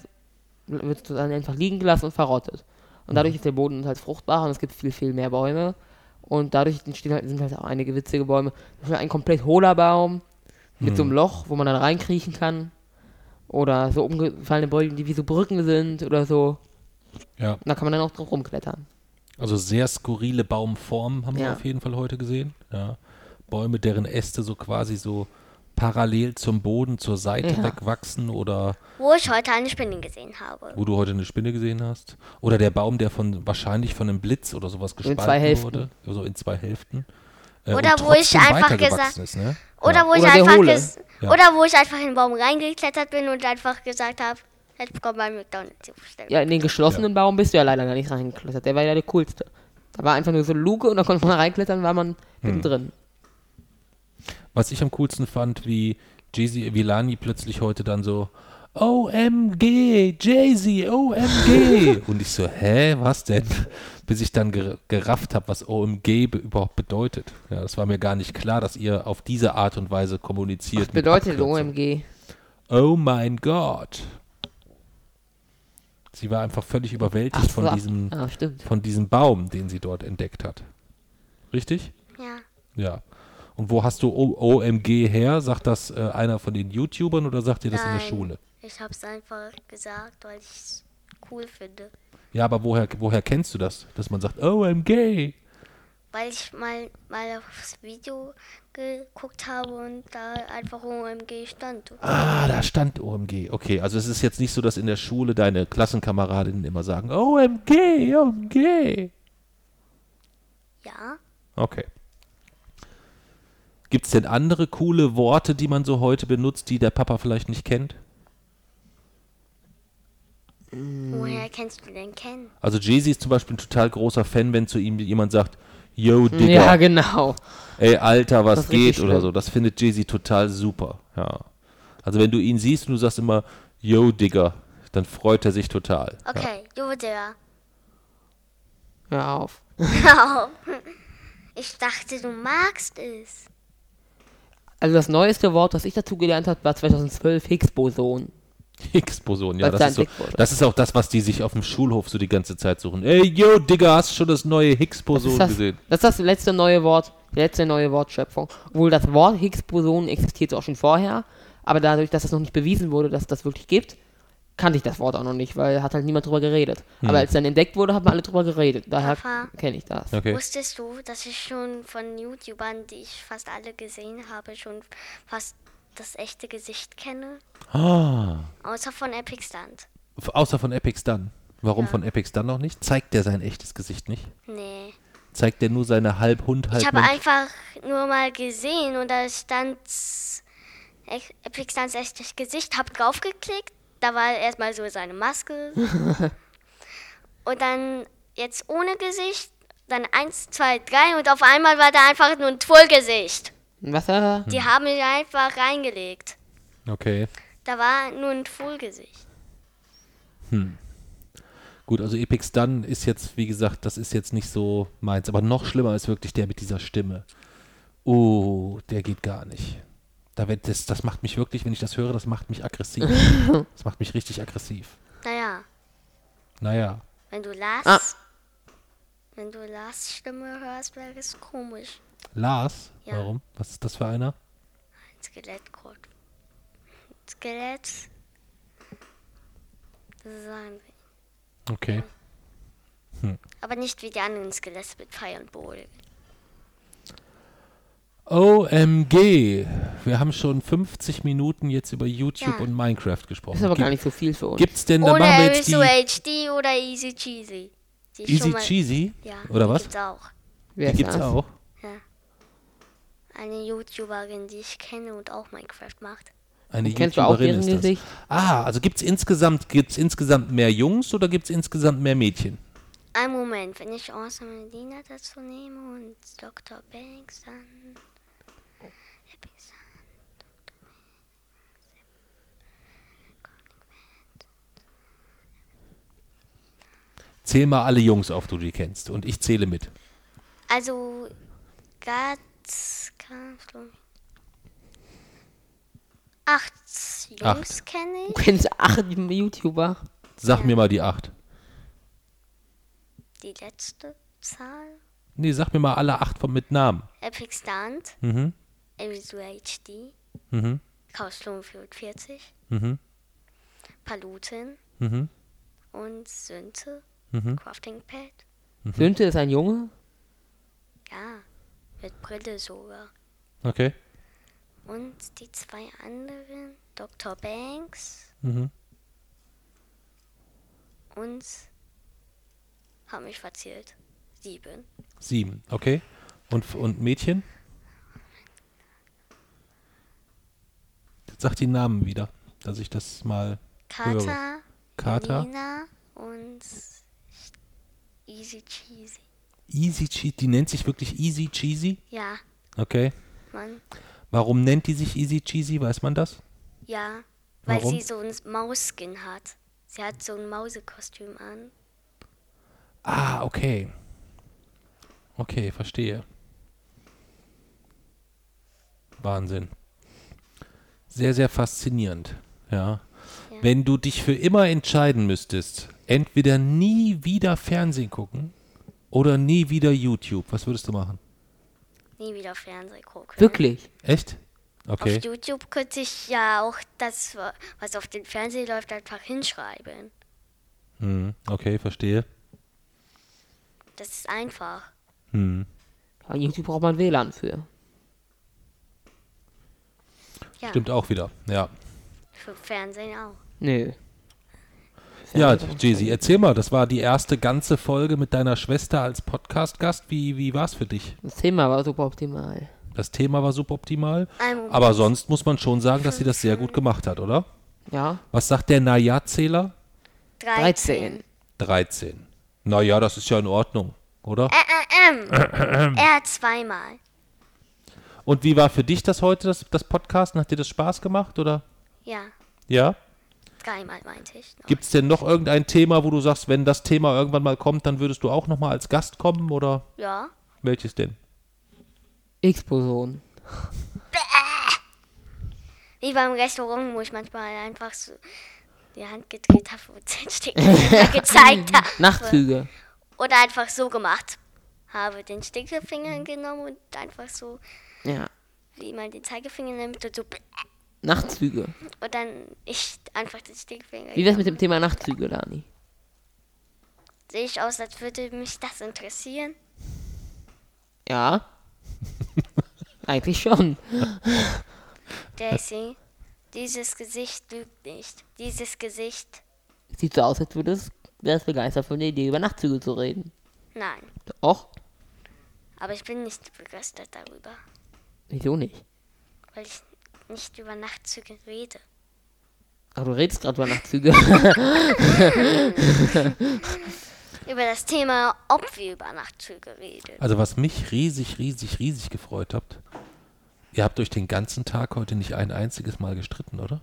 Speaker 2: wird es dann einfach liegen gelassen und verrottet. Und dadurch ist der Boden halt fruchtbarer und es gibt viel, viel mehr Bäume. Und dadurch entstehen halt, sind halt auch einige witzige Bäume. Zum Beispiel ein komplett hohler Baum mit so einem Loch, wo man dann reinkriechen kann. Oder so umgefallene Bäume, die wie so Brücken sind oder so.
Speaker 1: Ja.
Speaker 2: Und da kann man dann auch drauf rumklettern.
Speaker 1: Also sehr skurrile Baumformen haben wir
Speaker 2: Ja.
Speaker 1: auf jeden Fall heute gesehen. Ja. Bäume, deren Äste so quasi so parallel zum Boden zur Seite
Speaker 2: Ja.
Speaker 1: wegwachsen oder
Speaker 3: wo ich heute eine Spinne gesehen habe.
Speaker 1: wo du heute eine Spinne gesehen hast. Oder der Baum, der von wahrscheinlich von einem Blitz oder sowas
Speaker 2: in
Speaker 1: gespalten
Speaker 2: zwei Hälften.
Speaker 1: wurde. So in zwei Hälften. Äh,
Speaker 3: Oder
Speaker 1: und
Speaker 3: wo ich
Speaker 1: trotzdem
Speaker 3: einfach
Speaker 1: weitergewachsen
Speaker 3: gesagt-
Speaker 1: ist, ne?
Speaker 3: Oder wo ich
Speaker 2: Oder der
Speaker 3: einfach
Speaker 2: Hohle.
Speaker 3: ges-
Speaker 1: Ja.
Speaker 3: oder wo ich einfach in den Baum reingeklettert bin und einfach gesagt habe, jetzt bekommt mein McDonalds zugestellt.
Speaker 2: Ja, in den geschlossenen Baum bist du ja leider gar nicht reingeklettert. Der war ja der coolste. Da war einfach nur so eine Luke und da konnte man reinklettern, war
Speaker 1: Hm.
Speaker 2: man drin.
Speaker 1: Was ich am coolsten fand, wie Jay-Z Evilani plötzlich heute dann so OMG, Jay-Z, OMG. Und ich so, hä, was denn? Bis ich dann ger gerafft habe, was OMG be überhaupt bedeutet. Ja, das war mir gar nicht klar, dass ihr auf diese Art und Weise kommuniziert.
Speaker 2: Was
Speaker 1: mit
Speaker 2: bedeutet
Speaker 1: Abkürzungen.
Speaker 2: OMG?
Speaker 1: Oh mein Gott. Sie war einfach völlig überwältigt
Speaker 2: Ach,
Speaker 1: von,
Speaker 2: so.
Speaker 1: diesem,
Speaker 2: Ah, stimmt.
Speaker 1: von diesem Baum, den sie dort entdeckt hat. Richtig?
Speaker 3: Ja.
Speaker 1: Ja. Und wo hast du o OMG her? Sagt das äh, einer von den YouTubern oder sagt ihr das in der
Speaker 3: Nein.
Speaker 1: Schule?
Speaker 3: Ich habe es einfach gesagt, weil ich es cool finde.
Speaker 1: Ja, aber woher, woher kennst du das? Dass man sagt, OMG.
Speaker 3: Weil ich mal, mal aufs Video geguckt habe und da einfach OMG stand.
Speaker 1: Ah, da stand OMG. Okay, also es ist jetzt nicht so, dass in der Schule deine Klassenkameradinnen immer sagen, OMG, OMG.
Speaker 3: Ja.
Speaker 1: Okay. Gibt es denn andere coole Worte, die man so heute benutzt, die der Papa vielleicht nicht kennt?
Speaker 3: Woher kennst du denn Ken?
Speaker 1: Also Jay-Z ist zum Beispiel ein total großer Fan, wenn zu ihm jemand sagt, Yo, Digga.
Speaker 2: Hm, Ja, genau.
Speaker 1: ey, Alter, was
Speaker 2: Das ist
Speaker 1: geht
Speaker 2: richtig
Speaker 1: oder
Speaker 2: schlimm.
Speaker 1: so. Das findet Jay-Z total super. Ja. Also wenn du ihn siehst und du sagst immer, yo, Digga, dann freut er sich total.
Speaker 3: Okay, Jo, der.
Speaker 2: Hör auf.
Speaker 3: Ich dachte, du magst es.
Speaker 2: Also das neueste Wort, was ich dazu gelernt habe, war 2012 Higgs-Boson.
Speaker 1: Higgs-Boson, ja,
Speaker 2: Das ist
Speaker 1: das ist,
Speaker 2: ein
Speaker 1: so,
Speaker 2: Dickboson.
Speaker 1: das ist auch das, was die sich auf dem Schulhof so die ganze Zeit suchen. Ey, yo, Digga, hast du schon das neue Higgs-Boson
Speaker 2: das,
Speaker 1: gesehen?
Speaker 2: das ist das letzte neue Wort, die letzte neue Wortschöpfung. Obwohl das Wort Higgs-Boson existiert auch schon vorher, aber dadurch, dass das noch nicht bewiesen wurde, dass es das wirklich gibt, kannte ich das Wort auch noch nicht, weil hat halt niemand drüber geredet.
Speaker 1: Hm.
Speaker 2: Aber als es dann entdeckt wurde, haben alle drüber geredet. Daher
Speaker 3: Papa.
Speaker 2: kenne ich das.
Speaker 1: Okay.
Speaker 3: Wusstest du, dass ich schon von YouTubern, die ich fast alle gesehen habe, schon fast das echte Gesicht kenne?
Speaker 1: Ah,
Speaker 3: Außer von Epic Stunt.
Speaker 1: F- außer von Epic Stun. Warum von Epic Stun noch nicht? Zeigt der sein echtes Gesicht nicht?
Speaker 3: Nee.
Speaker 1: Zeigt der nur seine halb Hund, halb
Speaker 3: Ich habe
Speaker 1: Mensch?
Speaker 3: einfach nur mal gesehen und da stand Ec- Epic Stans echtes Gesicht, hab draufgeklickt, da war erstmal so seine Maske. und dann jetzt ohne Gesicht, dann eins, zwei, drei und auf einmal war da einfach nur ein Trollgesicht.
Speaker 2: Was äh,
Speaker 3: Die haben ihn einfach reingelegt.
Speaker 1: Okay.
Speaker 3: Da war nur ein Trollgesicht.
Speaker 1: Gut, also Epic Stun ist jetzt, wie gesagt, das ist jetzt nicht so meins. Aber noch schlimmer ist wirklich der mit dieser Stimme. Oh, der geht gar nicht. Da wird das, das macht mich wirklich, wenn ich das höre, das macht mich aggressiv. das macht mich richtig aggressiv.
Speaker 3: Naja,
Speaker 1: Naja.
Speaker 3: wenn du Lars,
Speaker 2: Ah.
Speaker 3: wenn du Lars Stimme hörst, wäre es komisch.
Speaker 1: Lars,
Speaker 3: Ja.
Speaker 1: warum? Was ist das für einer?
Speaker 3: Ein Skelettgott. Skelett. Das ist ein,
Speaker 1: Okay.
Speaker 3: aber nicht wie die anderen Skelette mit Pfeil und Bogen.
Speaker 1: OMG. Wir haben schon 50 Minuten jetzt über YouTube
Speaker 3: Ja.
Speaker 1: und Minecraft gesprochen.
Speaker 2: ist aber gar
Speaker 1: Gibt-
Speaker 2: nicht so viel für uns.
Speaker 1: Gibt's denn, dann
Speaker 3: Oder
Speaker 1: machen wir jetzt
Speaker 3: Arisu
Speaker 1: die
Speaker 3: HD oder Easy Cheesy. Die ich
Speaker 1: Easy
Speaker 3: schon mal-
Speaker 1: Cheesy?
Speaker 3: Ja,
Speaker 1: Oder
Speaker 3: die
Speaker 1: was?
Speaker 3: Gibt's auch.
Speaker 2: Wer
Speaker 1: Die
Speaker 2: ist
Speaker 1: gibt's
Speaker 2: das?
Speaker 1: auch.
Speaker 3: Eine YouTuberin, die ich kenne und auch Minecraft macht.
Speaker 1: Eine
Speaker 2: Kennst du auch deren Gesicht?
Speaker 1: Ah, also gibt es insgesamt, gibt's insgesamt mehr Jungs oder gibt es insgesamt mehr Mädchen?
Speaker 3: Ein Moment, wenn ich Awesome Medina dazu nehme und Dr. Banks, dann.
Speaker 1: Zähl mal alle Jungs auf, du die kennst. Und ich zähle mit.
Speaker 3: Also, Guts, kannst du. Acht Jungs kenne
Speaker 2: Du
Speaker 3: ich.
Speaker 2: kennst acht YouTuber.
Speaker 1: Sag mir mal die acht.
Speaker 3: Die letzte Zahl.
Speaker 1: Nee, sag mir mal alle acht von mit Namen.
Speaker 3: Epic Stunt,
Speaker 1: Mhm.
Speaker 3: Evisu HD,
Speaker 1: Mhm.
Speaker 3: Chaos Field 40,
Speaker 1: Mhm.
Speaker 3: Paluten
Speaker 1: Mhm.
Speaker 3: und Sünte,
Speaker 1: Mhm.
Speaker 3: Crafting Pad.
Speaker 2: Sünte ist ein Junge.
Speaker 3: Ja, mit Brille sogar.
Speaker 1: Okay.
Speaker 3: Und die zwei anderen, Dr. Banks
Speaker 1: Mhm.
Speaker 3: und haben mich verzählt. Sieben.
Speaker 1: Sieben. Okay. Und, und Mädchen? Jetzt sag die Namen wieder, dass ich das mal höre.
Speaker 3: Kata,
Speaker 1: Kata,
Speaker 3: Nina und Easy Cheesy.
Speaker 1: Easy Cheesy, die nennt sich wirklich Easy Cheesy.
Speaker 3: Ja,
Speaker 1: Okay.
Speaker 3: Mann.
Speaker 1: Warum nennt die sich Easy Cheesy? Weiß man das?
Speaker 3: Ja, weil
Speaker 1: Warum?
Speaker 3: sie so ein Mausskin hat. Sie hat so ein Mausekostüm an.
Speaker 1: Ah, okay. Okay, verstehe. Wahnsinn. Sehr, sehr faszinierend. Ja. Wenn du dich für immer entscheiden müsstest, entweder nie wieder Fernsehen gucken oder nie wieder YouTube, was würdest du machen?
Speaker 3: Nie wieder Fernsehen gucken.
Speaker 2: Wirklich.
Speaker 1: Echt? Okay.
Speaker 3: Auf YouTube könnte ich ja auch das, was auf dem Fernsehen läuft, einfach hinschreiben.
Speaker 1: Hm, okay, verstehe.
Speaker 3: Das ist einfach.
Speaker 1: Hm.
Speaker 2: Bei YouTube braucht man WLAN für.
Speaker 3: Ja,
Speaker 1: Stimmt auch wieder. Ja.
Speaker 3: für Fernsehen auch.
Speaker 2: Nö.
Speaker 1: Ja, Jesi, erzähl mal, das war die erste ganze Folge mit deiner Schwester als Podcast-Gast. Wie, wie war's für dich?
Speaker 2: Das Thema war super optimal.
Speaker 1: Das Thema war suboptimal.
Speaker 3: Ein Moment.
Speaker 1: Aber sonst muss man schon sagen, dass sie das sehr gut gemacht hat, oder?
Speaker 2: Ja.
Speaker 1: Was sagt der Naja-Zähler?
Speaker 3: 13.
Speaker 2: 13.
Speaker 1: 13. Naja, das ist ja in Ordnung, oder?
Speaker 3: Er zweimal.
Speaker 1: Und wie war für dich das heute, das, das Podcast? Hat dir das Spaß gemacht, oder?
Speaker 3: Ja,
Speaker 1: Ja?
Speaker 3: dreimal meinte ich. Noch.
Speaker 1: Gibt es denn noch irgendein Thema, wo du sagst, wenn das Thema irgendwann mal kommt, dann würdest du auch nochmal als Gast kommen, oder
Speaker 3: Ja,
Speaker 1: welches denn?
Speaker 2: Explosion.
Speaker 3: wie beim Restaurant, wo ich manchmal einfach so die Hand gedreht habe und den Stinkefinger gezeigt habe.
Speaker 2: Nachtzüge.
Speaker 3: Oder einfach so gemacht habe. Den Stinkefinger genommen und einfach so,
Speaker 2: Ja.
Speaker 3: wie man den Zeigefinger nimmt und so.
Speaker 2: Nachtzüge.
Speaker 3: Und dann ich einfach den Stinkefinger.
Speaker 2: Wie wär's mit dem Thema Nachtzüge, Dani?
Speaker 3: Sehe ich aus, als würde mich das interessieren.
Speaker 2: Ja. Eigentlich schon.
Speaker 3: Daisy, dieses Gesicht lügt nicht. Dieses Gesicht,
Speaker 2: Sieht so aus, als würdest wärst begeistert von der Idee, über Nachtzüge zu reden.
Speaker 3: nein.
Speaker 2: Och,
Speaker 3: Aber ich bin nicht begeistert darüber,
Speaker 2: wieso nicht?
Speaker 3: weil ich nicht über Nachtzüge rede.
Speaker 2: Ach, du redest gerade über Nachtzüge.
Speaker 3: Über das Thema, ob wir über Nachtzüge reden.
Speaker 1: Also was mich riesig, riesig, riesig gefreut habt, ihr habt euch den ganzen Tag heute nicht ein einziges Mal gestritten, oder?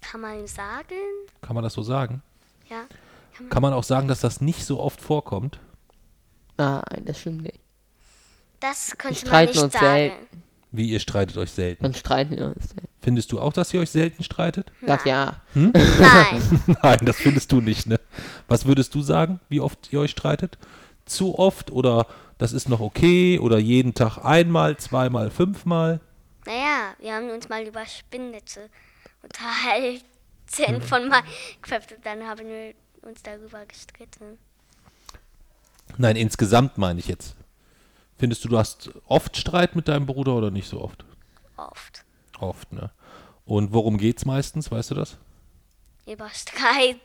Speaker 3: Kann man sagen?
Speaker 1: Kann man das so sagen?
Speaker 3: Ja.
Speaker 1: Kann man auch sagen, dass das nicht so oft vorkommt?
Speaker 2: Nein, das stimmt nicht.
Speaker 3: Das
Speaker 2: Wir
Speaker 3: könnte man
Speaker 2: streiten
Speaker 3: nicht
Speaker 2: uns
Speaker 3: sagen.
Speaker 2: selten.
Speaker 1: Wie ihr streitet euch selten.
Speaker 2: Dann streiten wir uns. selten.
Speaker 1: Findest du auch, dass ihr euch selten streitet?
Speaker 2: Sag ja.
Speaker 3: Nein,
Speaker 1: Nein, das findest du nicht, ne? Was würdest du sagen, wie oft ihr euch streitet? Zu oft oder das ist noch okay oder jeden Tag einmal, zweimal, fünfmal?
Speaker 3: naja, wir haben uns mal über Spinnnetze unterhalten von Minecraft und dann haben wir uns darüber gestritten.
Speaker 1: Nein, insgesamt meine ich jetzt. Findest du, du hast oft Streit mit deinem Bruder oder nicht so oft?
Speaker 3: Oft.
Speaker 1: Oft, ne? Und worum geht's meistens, weißt du das?
Speaker 3: Über Streit.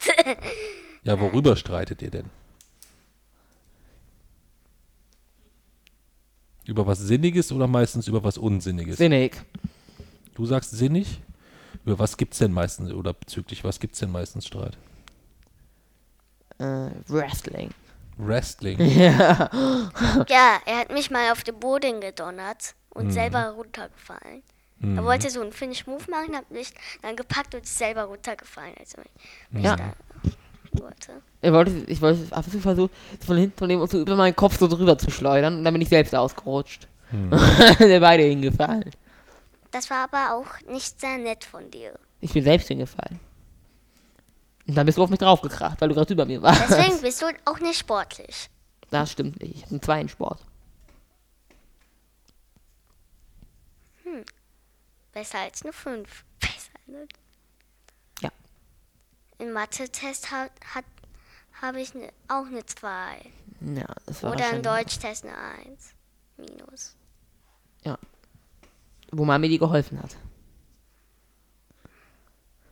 Speaker 1: Ja, worüber streitet ihr denn? Über was Sinniges oder meistens über was Unsinniges?
Speaker 2: Sinnig.
Speaker 1: Du sagst sinnig? Über was gibt's denn meistens oder bezüglich was gibt's denn meistens Streit?
Speaker 2: Äh, Wrestling. Äh.
Speaker 1: Wrestling.
Speaker 3: Ja, er hat mich mal auf den Boden gedonnert und selber runtergefallen. Er wollte so einen Finish Move machen, hat mich dann gepackt und ist selber runtergefallen, als er mich mich
Speaker 2: Ja.
Speaker 3: da wollte.
Speaker 2: Ich wollte, ich wollte, habe versucht, von hinten von dem und so über meinen Kopf so drüber zu schleudern und dann bin ich selbst ausgerutscht. sind beide hingefallen.
Speaker 3: Das war aber auch nicht sehr nett von dir.
Speaker 2: Ich bin selbst hingefallen. Und dann bist du auf mich draufgekracht, weil du gerade über mir warst.
Speaker 3: Deswegen bist du auch nicht sportlich.
Speaker 2: Das stimmt nicht. Ich habe einen zweiten Sport.
Speaker 3: Besser als eine 5. Besser als eine Im Mathe-Test hat, hat, habe ich ne, auch eine 2.
Speaker 2: Ja, das war
Speaker 3: Oder
Speaker 2: schon,
Speaker 3: im Deutsch-Test eine 1. Minus.
Speaker 2: Ja. Wo Mami dir geholfen hat.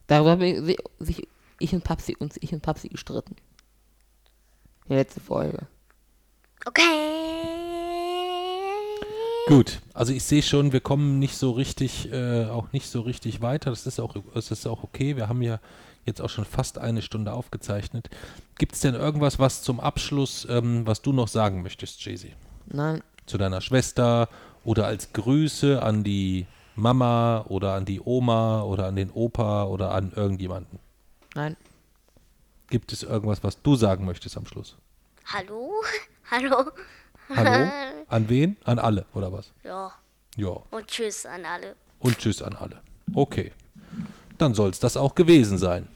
Speaker 2: Darüber haben wir- sich- sich ich und Papsi uns ich und Papsi gestritten. Die letzte Folge.
Speaker 3: Okay.
Speaker 1: Gut, also ich sehe schon, wir kommen nicht so richtig, äh, auch nicht so richtig weiter. Das ist auch, das ist auch okay. Wir haben ja jetzt auch schon fast eine Stunde aufgezeichnet. Gibt es denn irgendwas, was zum Abschluss, ähm, was du noch sagen möchtest, Jesi?
Speaker 2: Nein,
Speaker 1: Zu deiner Schwester oder als Grüße an die Mama oder an die Oma oder an den Opa oder an irgendjemanden?
Speaker 2: nein.
Speaker 1: Gibt es irgendwas, was du sagen möchtest am Schluss?
Speaker 3: Hallo? Hallo?
Speaker 1: Hallo? An wen? An alle, oder was?
Speaker 3: Ja.
Speaker 1: Ja.
Speaker 3: Und tschüss an alle.
Speaker 1: Und tschüss an alle. Okay. Dann soll es das auch gewesen sein.